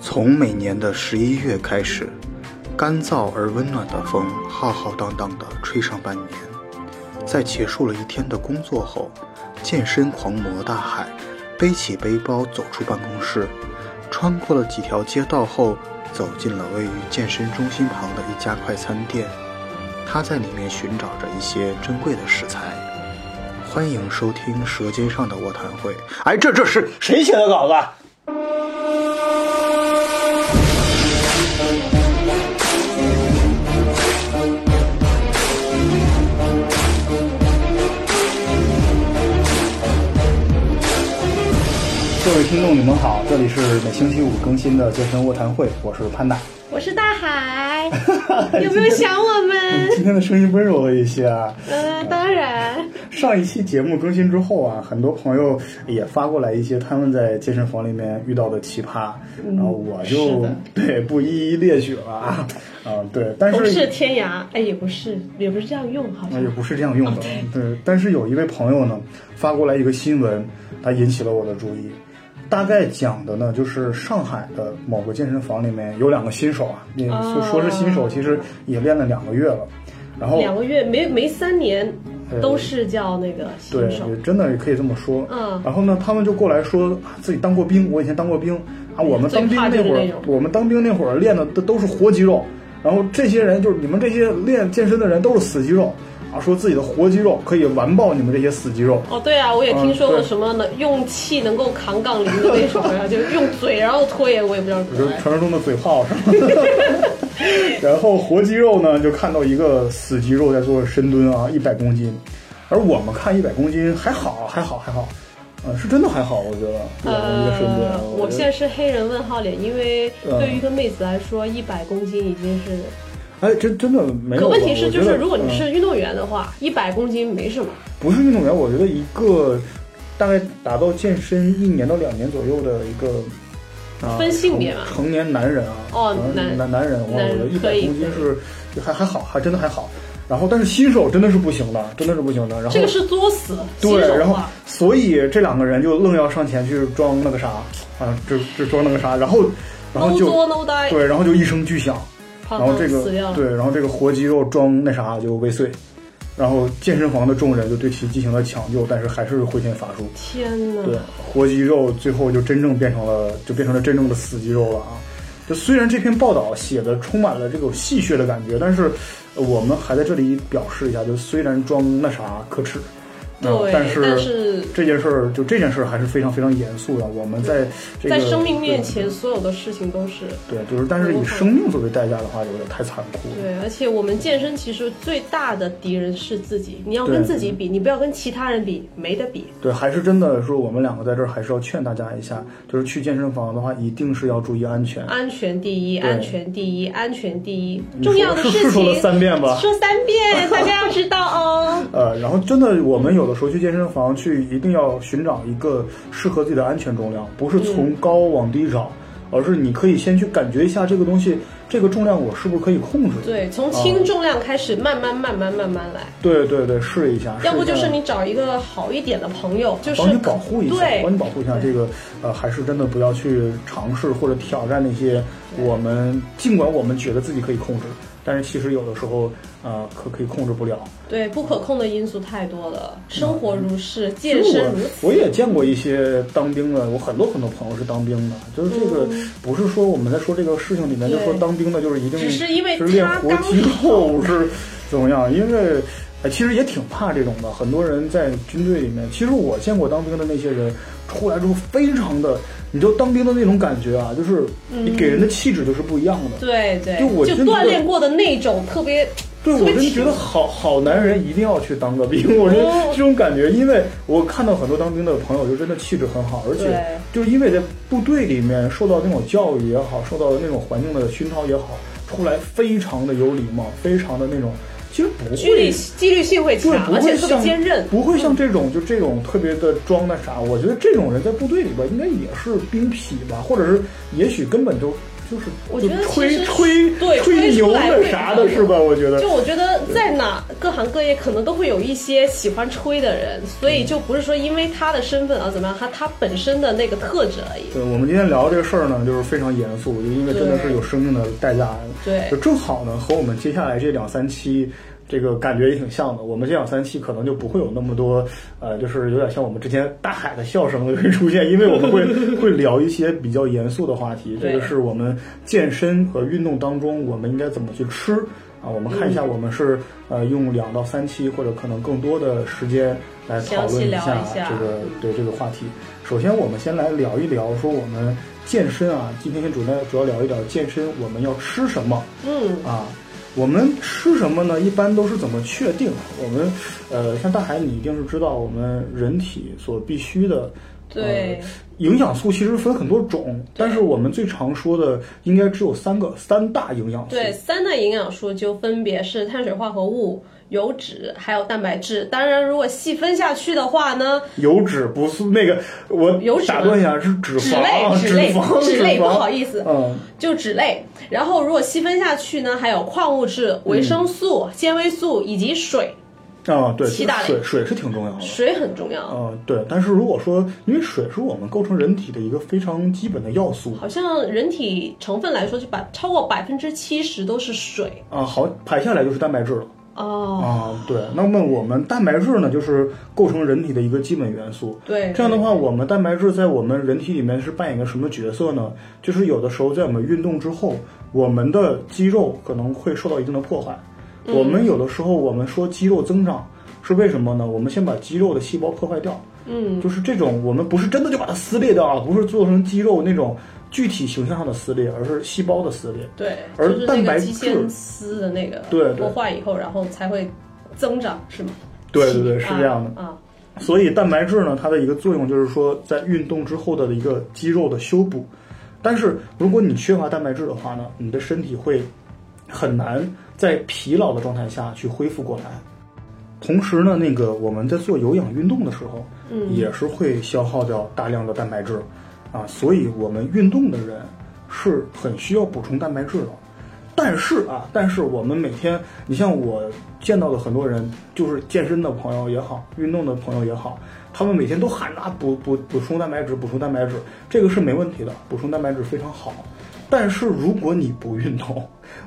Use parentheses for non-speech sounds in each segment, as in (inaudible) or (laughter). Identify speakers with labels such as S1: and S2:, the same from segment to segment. S1: 从每年的十一月开始，干燥而温暖的风浩浩荡荡地吹上半年，在结束了一天的工作后，健身狂魔大海背起背包走出办公室，穿过了几条街道后，走进了位于健身中心旁的一家快餐店。他在里面寻找着一些珍贵的食材。欢迎收听《舌尖上的卧谈会》。哎，这这是谁写的稿子？啊各位听众，你们好，这里是每星期五更新的健身卧谈会，我是潘达。
S2: 我是大
S1: (laughs)
S2: 海，有没有想我们？
S1: 今天的声音温柔了一些啊。
S2: 呃，当然，
S1: 上一期节目更新之后啊，很多朋友也发过来一些他们在健身房里面遇到的奇葩，然后我
S2: 嗯是
S1: 就
S2: 的
S1: 对不一一列举了啊。啊，对，但
S2: 不
S1: 是
S2: 是天涯，哎，也不是，也不是这样用，好
S1: 那
S2: 像
S1: 也不是这样
S2: 嗯
S1: 用的。对，但是有一位朋友呢发过来一个新闻，他引起了我的注意。大概讲的呢，就是上海的某个健身房里面有两个新手啊，你说
S2: 哦
S1: 说是新手，其实也练了两个月了。然后
S2: 两个月没没三年都是叫那个
S1: 哎对
S2: 新，手，
S1: 也真的也可以这么说。
S2: 嗯
S1: 然后呢，他们就过来说啊自己当过兵，我以前当过兵啊。我们
S2: 最
S1: 当兵
S2: 怕
S1: 那会
S2: 就是
S1: 儿
S2: 那种，
S1: 我们当兵那会儿练的都都是活肌肉，然后这些人就是你们这些练健身的人都是死肌肉啊，说自己的活肌肉可以完爆你们这些死肌肉。
S2: 哦，对啊，我也听说
S1: 嗯
S2: 过
S1: 对
S2: 什么能用气能够扛杠铃的那
S1: (laughs)
S2: 种，然后就用嘴然后推，我也不知道怎
S1: 就是
S2: 么来。
S1: 传说中的嘴炮是吧？ (laughs) 然后活肌肉呢，就看到一个死肌肉在做深蹲啊，一百公斤，而我们看一百公斤还好，还好，还好，呃，是真的还好，我觉得我们一个深蹲啊
S2: 呃，，我
S1: 觉
S2: 现
S1: 得嗯
S2: 在是黑人问号脸，因为对于一个妹子来说，一百公斤已经是。
S1: 哎，真真的没有吧。
S2: 可问题是，
S1: 我觉
S2: 就是
S1: 得
S2: 如果你
S1: 嗯
S2: 是运动员的话，一百公斤没什么。
S1: 不是运动员，我觉得一个大概达到健身一年到两年左右的一个。啊、
S2: 分性别嘛
S1: 成成年男人啊，
S2: 哦
S1: 成
S2: 男
S1: 男男人，我
S2: 男人
S1: 我觉得一百
S2: 可以
S1: 公斤是还还好，还真的还好。然后，但是新手真的是不行的，真的是不行的。然后
S2: 这个是作死，新
S1: 对，
S2: 手啊
S1: 然后
S2: 化
S1: 所以这两个人就愣要上前去装那个啥啊，这这装那个啥，然后然后
S2: ，no
S1: 就
S2: 作 no die，
S1: 对，然后就一声巨响，
S2: 然
S1: 然后这个
S2: 死掉了。
S1: 对，然后这个活肌肉装那啥就未遂，然后健身房的众人就对其进行了抢救，但是还是回天乏术。
S2: 天
S1: 对
S2: 呐，，
S1: 活肌肉最后就真正变成了，就变成了真正的死肌肉了啊！就虽然这篇报道写的充满了这种戏谑的感觉，但是呃我们还在这里表示一下，就虽然装那啥可耻，嗯
S2: 对，
S1: 但是
S2: 但是
S1: 这件事儿就这件事儿还是非常非常严肃的。我们在这个
S2: 在生命面前，所有的事情都是
S1: 对，对就是但是以
S2: 我
S1: 生命作为代价的话，有点太残酷了。
S2: 对，而且我们健身其实最大的敌人是自己，你要跟
S1: 对
S2: 自己比，你不要跟其他人比，没得比。
S1: 对，还是真的说，我们两个在这儿还是要劝大家一下，就是去健身房的话，一定是要注意安全。
S2: 安全第一，
S1: 对
S2: 安全第一，安全第一，
S1: 你说
S2: 重要的
S1: 是
S2: 事
S1: 是说了
S2: 情
S1: 三遍吧？
S2: 说三遍，大家要知道哦。
S1: 呃，然后真的，我们有的时候去健身房去，一定要寻找一个适合自己的安全重量，不是
S2: 嗯
S1: 从高往低找，而是你可以先去感觉一下这个东西，这个重量我是不是可以控制？
S2: 对，从
S1: 啊
S2: 轻重量开始，慢慢慢慢慢慢来。
S1: 对对对，试一下。
S2: 要不
S1: 试
S2: 就
S1: 一下
S2: 是你找一个好一点的朋友，就是
S1: 帮你保护一下，
S2: 对
S1: 帮你保护一下这
S2: 对
S1: 个，呃，还是真的不要去尝试或者挑战那些我们尽管我们觉得自己可以控制，但是其实有的时候，呃，可可以控制不了。
S2: 对，不可控的因素太多了，生活如是，
S1: 其
S2: 健
S1: 实
S2: 身如此。
S1: 嗯我我也见过一些当兵的，我很多很多朋友是当兵的，就是这个、不是说我们在说这个事情里面就说
S2: 嗯对
S1: 当兵的就是一定
S2: 只是因为
S1: 是练
S2: 他
S1: 活
S2: 刚
S1: 肌肉 (laughs) 是怎么样，因为。哎，其实也挺怕这种的。很多人在军队里面，其实我见过当兵的那些人，出来之后非常的，你就当兵的那种感觉啊，就是
S2: 嗯
S1: 你给人的气质就是不一样的。
S2: 对对，
S1: 就我真的
S2: 锻炼过的那种特别，
S1: 对，
S2: 特
S1: 我
S2: 别
S1: 真觉得
S2: 挺
S1: 好好男人一定要去当个兵，我觉得
S2: 哦
S1: 这种感觉，因为我看到很多当兵的朋友，就真的气质很好，而且
S2: 对
S1: 就是因为在部队里面受到那种教育也好，受到那种环境的熏陶也好，出来非常的有礼貌，非常的那种，其实不会
S2: 纪律纪律性会
S1: 对，
S2: 强，
S1: 不
S2: 啊而且
S1: 会
S2: 特别
S1: 像
S2: 坚韧。嗯
S1: 不会像这种就这种特别的装那啥。我觉得这种人在部队里边应该也是兵痞吧，或者是也许根本就就是
S2: 我
S1: 就
S2: 觉得其
S1: 吹
S2: 实
S1: 吹
S2: 对吹
S1: 牛
S2: 出来
S1: 的
S2: 会
S1: 啥
S2: 有
S1: 的
S2: 一
S1: 是吧？我觉得
S2: 就我觉得在哪各行各业可能都会有一些喜欢吹的人，所以就不是说因为他的身份啊怎么样，他他本身的那个特质而已。
S1: 对，我们今天聊这个事儿呢，就是非常严肃，就因为真的是有生命的代价。
S2: 对
S1: 就正好呢，和我们接下来这两三期。这个感觉也挺像的，我们这两三期可能就不会有那么多，呃，就是有点像我们之前大海的 (laughs) 笑声会出现，因为我们
S2: (laughs)
S1: 会会聊一些比较严肃的话题，这
S2: 对
S1: 个是我们健身和运动当中我们应该怎么去吃啊？我们看
S2: 嗯
S1: 一下，我们是呃用两到三期或者可能更多的时间来讨
S2: 详细
S1: 论
S2: 聊一下
S1: 这个对这个话题。首先，我们先来聊一聊说我们健身啊，今天先主要主要聊一聊健身，我们要吃什么
S2: 嗯，
S1: 啊？我们吃什么呢？一般都是怎么确定啊？我们呃，像大海，你一定是知道我们人体所必须的。
S2: 对
S1: 呃营养素其实分很多种，但是我们最常说的应该只有三个三大营养素。
S2: 对，三大营养素就分别是碳水化合物、油脂还有蛋白质。当然，如果细分下去的话呢，
S1: 油脂不是那个，我
S2: 油脂吗
S1: 打断一下，是脂
S2: 脂
S1: 肪，
S2: 类、
S1: 脂
S2: 脂类、
S1: 肪，
S2: 脂
S1: 脂
S2: 类，
S1: 肪。
S2: 不好意思，
S1: 嗯，
S2: 就脂类。然后如果细分下去呢，还有矿物质、维生素、
S1: 嗯
S2: 纤维素以及水，
S1: 啊，对，
S2: 七大类
S1: 水水是挺重要的。
S2: 水很重要。
S1: 嗯，对，但是如果说，因为水是我们构成人体的一个非常基本的要素
S2: 好像人体成分来说，就把超过百分之七十都是水
S1: 啊，好排下来就是蛋白质了
S2: 哦。
S1: 啊。对，那么我们蛋白质呢，就是构成人体的一个基本元素。
S2: 对，
S1: 这样的话，我们蛋白质在我们人体里面是扮演一个什么角色呢？就是有的时候在我们运动之后，我们的肌肉可能会受到一定的破坏。
S2: 嗯
S1: 我们有的时候我们说肌肉增长是为什么呢？我们先把肌肉的细胞破坏掉，
S2: 嗯，
S1: 就是这种我们不是真的就把它撕裂掉啊，不是做成肌肉那种具体形象上的撕裂，而是细胞的撕裂。
S2: 对，
S1: 而
S2: 就是
S1: 蛋
S2: 那
S1: 白
S2: 个
S1: 质
S2: 肌纤丝的那个
S1: 对对
S2: 破坏以后，然后才会增长，是吗？
S1: 对对对，是这样的。
S2: 啊。啊
S1: 所以蛋白质呢，它的一个作用就是说，在运动之后的一个肌肉的修补。但是如果你缺乏蛋白质的话呢，你的身体会很难在疲劳的状态下去恢复过来。同时呢，那个我们在做有氧运动的时候，
S2: 嗯
S1: 也是会消耗掉大量的蛋白质啊，所以我们运动的人是很需要补充蛋白质的。但是啊，但是我们每天，你像我见到的很多人，就是健身的朋友也好，运动的朋友也好，他们每天都喊着啊补补补充蛋白质，补充蛋白质，这个是没问题的，补充蛋白质非常好。但是如果你不运动，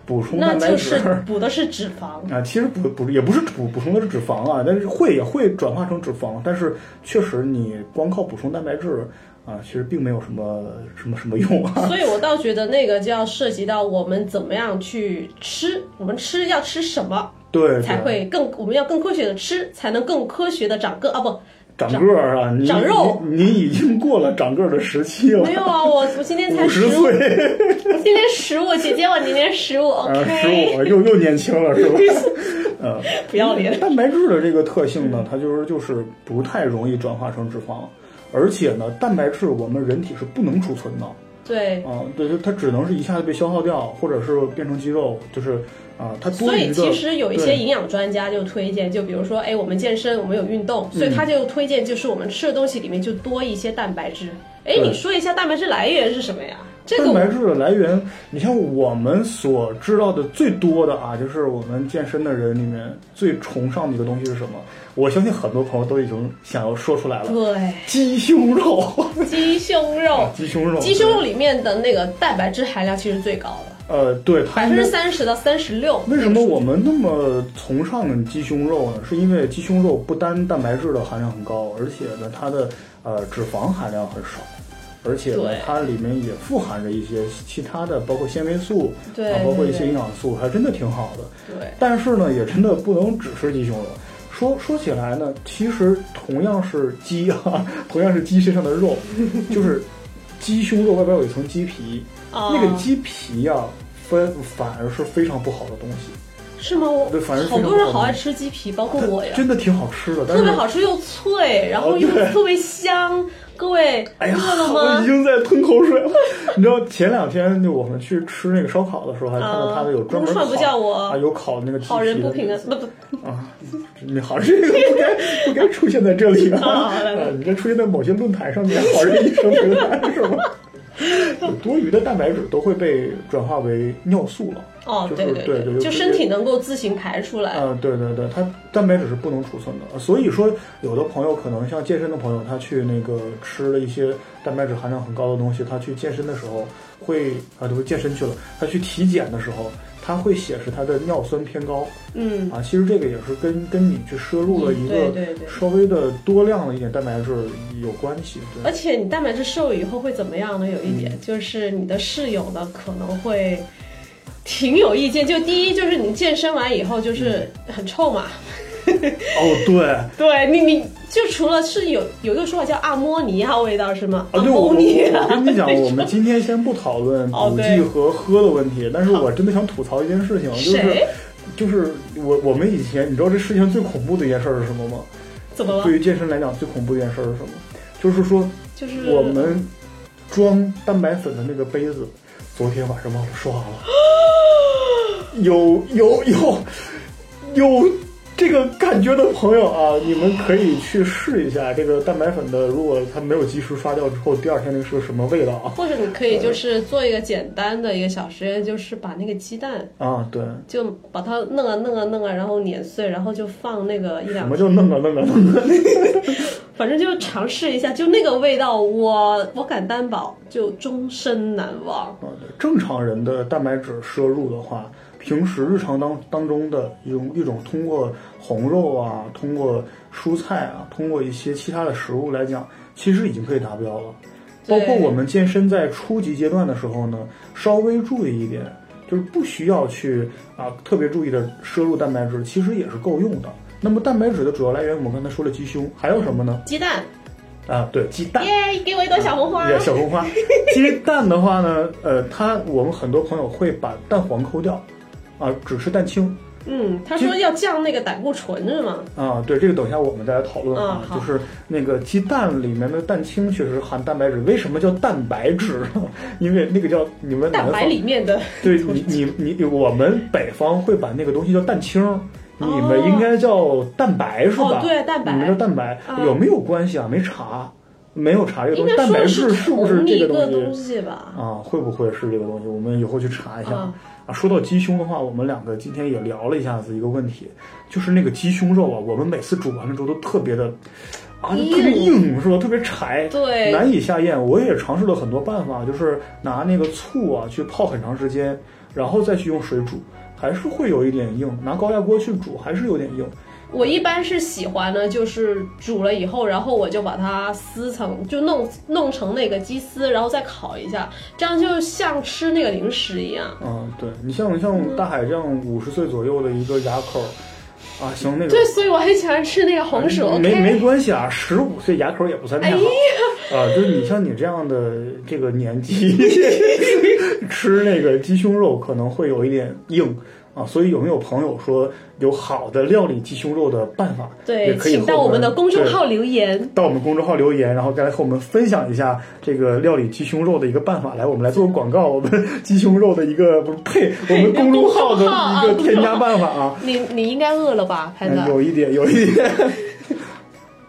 S1: 补充
S2: 那
S1: 蛋白质，
S2: 就是补的是脂
S1: (laughs)
S2: 肪，
S1: 啊，其实补补也不是补补充的是脂肪啊，但是会也会转化成脂肪，但是确实你光靠补充蛋白质啊，其实并没有什么什么什么用啊。
S2: 所以我倒觉得那个就要涉及到我们怎么样去吃，我们吃要吃什么
S1: 对，对
S2: 才会更，我们要更科学的吃，才能更科学的长个啊不，
S1: 长个儿啊，你
S2: 长肉
S1: 你，你已经过了长个儿的时期了
S2: 没，有啊，我我今天才
S1: 五十
S2: 十五，
S1: 岁
S2: 我今天十五，姐姐我今天十五
S1: 啊，十
S2: ，OK，
S1: 五又又年轻了是吧？呃，
S2: (laughs) 不要
S1: (laughs)
S2: 脸，
S1: 蛋白质的这个特性呢，它就是就是不太容易转化成脂肪，而且呢，蛋白质我们人体是不能储存的。
S2: 对，
S1: 啊、对，就它只能是一下子被消耗掉，或者是变成肌肉，就是啊、它多
S2: 所
S1: 余
S2: 以
S1: 的。
S2: 其实有一些
S1: 对
S2: 营养专家就推荐，就比如说，哎，我们健身，我们有运动，所以
S1: 嗯
S2: 他就推荐就是我们吃的东西里面就多一些蛋白质。哎，
S1: 对
S2: 你说一下蛋白质来源是什么呀？这个
S1: 蛋白
S2: 我
S1: 质的来源，你像我们所知道的最多的啊，就是我们健身的人里面最崇尚的一个东西是什么？我相信很多朋友都已经想要说出来了，
S2: 对
S1: 鸡胸肉，
S2: 鸡胸肉，
S1: 鸡胸肉，
S2: 鸡胸肉里面的那个蛋白质含量其实最高的，
S1: 呃，对，它
S2: 百
S1: 应
S2: 分
S1: 该
S2: 之三十到三十六。
S1: 为什么我们那么崇尚鸡胸肉呢？是因为鸡胸肉不单蛋白质的含量很高，而且呢，它的呃脂肪含量很少，而且呢
S2: 对，
S1: 它里面也富含着一些其他的，包括纤维素，
S2: 对
S1: 啊，包括一些
S2: 对对
S1: 营养素，还真的挺好的。
S2: 对，
S1: 但是呢，也真的不能只吃鸡胸肉。说说起来呢，其实同样是鸡啊， (laughs) 同样是鸡身上的肉，就是鸡胸肉外边有一层鸡皮，
S2: 啊，
S1: 那个鸡皮呀、分反而是非常不好的东西。
S2: 是吗？我
S1: 对反正非
S2: 好
S1: 常
S2: 多人
S1: 好
S2: 好爱吃鸡皮，包括我呀，
S1: 真的挺好吃的，但
S2: 特
S1: 是
S2: 别好吃又脆，然后又
S1: 哦对
S2: 特别香。各位
S1: 哎呀，
S2: 饿了
S1: 我已
S2: 吗？
S1: 经在吞口水了。 (laughs) 你知道前两天就我们去吃那个烧烤的时候，还看到
S2: 啊
S1: 他的有专门
S2: 撸
S1: 烤
S2: 串不叫我
S1: 啊，有烤那个鸡
S2: 好人不平
S1: 皮
S2: 安，不不。
S1: 的啊。你好，这个不该不该出现在这里啊！
S2: 好好好来来
S1: 啊你这出现在某些论坛上面，好人一生平安是吧？ (laughs) 有多余的蛋白质都会被转化为尿素了。
S2: 哦，
S1: 就是
S2: 对
S1: 对
S2: 对，
S1: 就
S2: 就身体能够自行排出来。
S1: 呃，对对对，它蛋白质是不能储存的，所以说有的朋友可能像健身的朋友，他去那个吃了一些蛋白质含量很高的东西，他去健身的时候会啊，都是健身去了，他去体检的时候，他会显示他的尿酸偏高
S2: 嗯，
S1: 啊。其实这个也是跟跟你去摄入了一
S2: 对
S1: 个
S2: 对对。
S1: 稍微的多量的一点蛋白质有关系，
S2: 而 (laughs)
S1: 对，
S2: 且你蛋白质摄入以后会怎么样呢？有一点、
S1: 嗯
S2: 就是你的室友呢可能会挺有意见。就第一就是你健身完以后就是很臭嘛，
S1: 嗯哦对。
S2: 对你你就除了是有有一个说法叫阿莫尼亚味道是吗？
S1: 啊，
S2: 阿
S1: 对，我我
S2: 莫尼
S1: 我
S2: 亚。
S1: 跟你讲，我们今天先不讨论
S2: 哦
S1: 补
S2: 对
S1: 剂和喝的问题，但是我真的想吐槽一件事情，就是
S2: 谁？
S1: 就是我我们以前，你知道这世界上最恐怖的一件事儿是什么吗？
S2: 怎么了？
S1: 对于健身来讲，最恐怖的一件事儿是什么？就是说
S2: 就是
S1: 我们装蛋白粉的那个杯子，昨天晚上忘了刷了，有有有有这个感觉的朋友啊，你们可以去试一下这个蛋白粉的，如果它没有及时刷掉之后，第二天那个是个什么味道啊？
S2: 或者你可以就是做一个简单的一个小实验，就是把那个鸡蛋
S1: 啊，对，
S2: 就把它弄啊弄啊弄啊，然后碾碎，然后就放那个一
S1: 什
S2: 两
S1: 么，叫弄啊弄啊弄啊？
S2: 反正就尝试一下，就那个味道，我我敢担保，就终身难忘。
S1: 啊，对正常人的蛋白质摄入的话，平时日常当当中的一种一种通过红肉啊，通过蔬菜啊，通过一些其他的食物来讲，其实已经可以达标了。包括
S2: 对
S1: 我们健身在初级阶段的时候呢，稍微注意一点，就是不需要去啊特别注意的摄入蛋白质，其实也是够用的。那么蛋白质的主要来源，我们刚才说了鸡胸，还有什么呢？
S2: 鸡蛋，
S1: 啊，对，鸡蛋。
S2: 耶，给我一朵小红花。
S1: 对，小红
S2: (laughs)
S1: 花。鸡蛋的话呢，呃，它我们很多朋友会把蛋黄抠掉，啊，只吃蛋清
S2: 嗯，他说要降那个胆固醇是吗？
S1: 啊。对，这个等一下我们再来讨论啊。
S2: 嗯好
S1: 就是那个鸡蛋里面的蛋清确实含蛋白质，为什么叫蛋白质？ (laughs) 因为那个叫你们南
S2: 蛋
S1: 方
S2: 白里面的，
S1: 对你你你我们北方会把那个东西叫蛋清儿，你们应该叫蛋白是吧？
S2: 哦对蛋白
S1: 你们叫蛋白、
S2: 啊
S1: 有没有关系啊？没查，没有查这个
S2: 应
S1: 东西，
S2: 该
S1: 蛋
S2: 说
S1: 白
S2: 的
S1: 质是不是
S2: 同
S1: 这
S2: 一
S1: 个
S2: 个
S1: 西
S2: 东？西吧？
S1: 啊，会不会是这个东西？我们以后去查一下
S2: 啊
S1: 啊。说到鸡胸的话，我们两个今天也聊了一下子一个问题，就是那个鸡胸肉啊，我们每次煮完了之后都特别的啊，
S2: 硬
S1: 特别硬是吧？特别柴，
S2: 对
S1: 难以下咽。我也尝试了很多办法，就是拿那个醋啊去泡很长时间，然后再去用水煮，还是会有一点硬。拿高压锅去煮还是有点硬。
S2: 我一般是喜欢呢，就是煮了以后，然后我就把它撕成，就弄弄成那个鸡丝，然后再烤一下，这样就像吃那个零食一样。
S1: 嗯，对你像像大海这样五十岁左右的一个牙口儿啊，行，那个
S2: 对，所以我很喜欢吃那个红薯。
S1: 没
S2: OK，哎
S1: 没关系啊，十五岁牙口也不算太好、啊。就是你像你这样的这个年
S2: (laughs)
S1: 纪， (laughs) 吃那个鸡胸肉可能会有一点硬啊。所以有没有朋友说有好的料理鸡胸肉的办法？也
S2: 对，
S1: 可以
S2: 请
S1: 和
S2: 到我们的公众
S1: 对
S2: 号留言。
S1: 到我们公众号留言，然后再来和我们分享一下这个料理鸡胸肉的一个办法。来，我们来做个广告，我们 (laughs) 鸡胸肉的一个不是呸，我们公众号的一个添加办法啊。
S2: 你你应该饿了吧，潘
S1: 嗯
S2: 达？
S1: 有一点，有一点。 (laughs)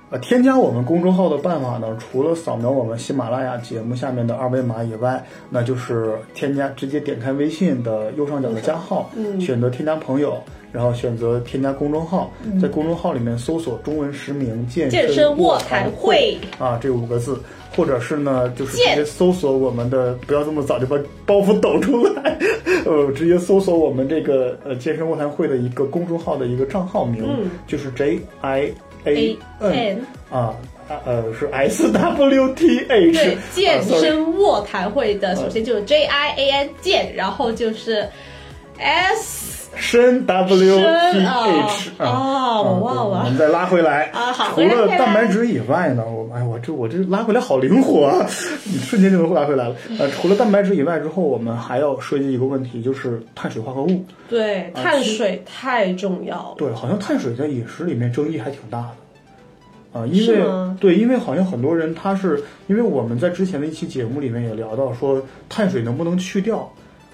S1: 呃，添加我们公众号的办法呢，除了扫描我们喜马拉雅节目下面的二维码以外，那就是添加直接点开微信的右上角的加号，选择添加朋友，然后选择添加公众号，在公众号里面搜索中文实名“健
S2: 健身
S1: 身
S2: 卧
S1: 谈
S2: 谈会
S1: 啊这五个字，或者是呢，就是直
S2: 健
S1: 接搜索我们的，不要这么早就把包袱抖出来，呃，直接搜索我们这个呃健身卧谈会的一个公众号的一个账号名，
S2: 嗯
S1: 就是 J I
S2: A
S1: A N
S2: N
S1: 啊。啊呃，是 S W T H，
S2: 对，健
S1: 啊，sorry
S2: 身卧谈会
S1: 啊
S2: 的，首先就是 J I A N 健，然后就是 S
S1: 深 W
S2: 深
S1: T
S2: 啊
S1: H 啊，
S2: 哦，我忘
S1: 啊对我
S2: 了
S1: 们。再拉回来
S2: 啊好
S1: 除
S2: 回来
S1: 了
S2: 回来
S1: 蛋白质以外呢，我哎，我这我这拉回来好灵活啊，你瞬间就能拉回来了。呃，除了蛋白质以外之后，我们还要涉及一个问题，就是碳水化合物。
S2: 对，
S1: 啊
S2: 碳水太重要了。
S1: 对，好像碳水在饮食里面争议还挺大的。啊，因为
S2: 是吗
S1: 对，因为好像很多人他是因为我们在之前的一期节目里面也聊到说碳水能不能去掉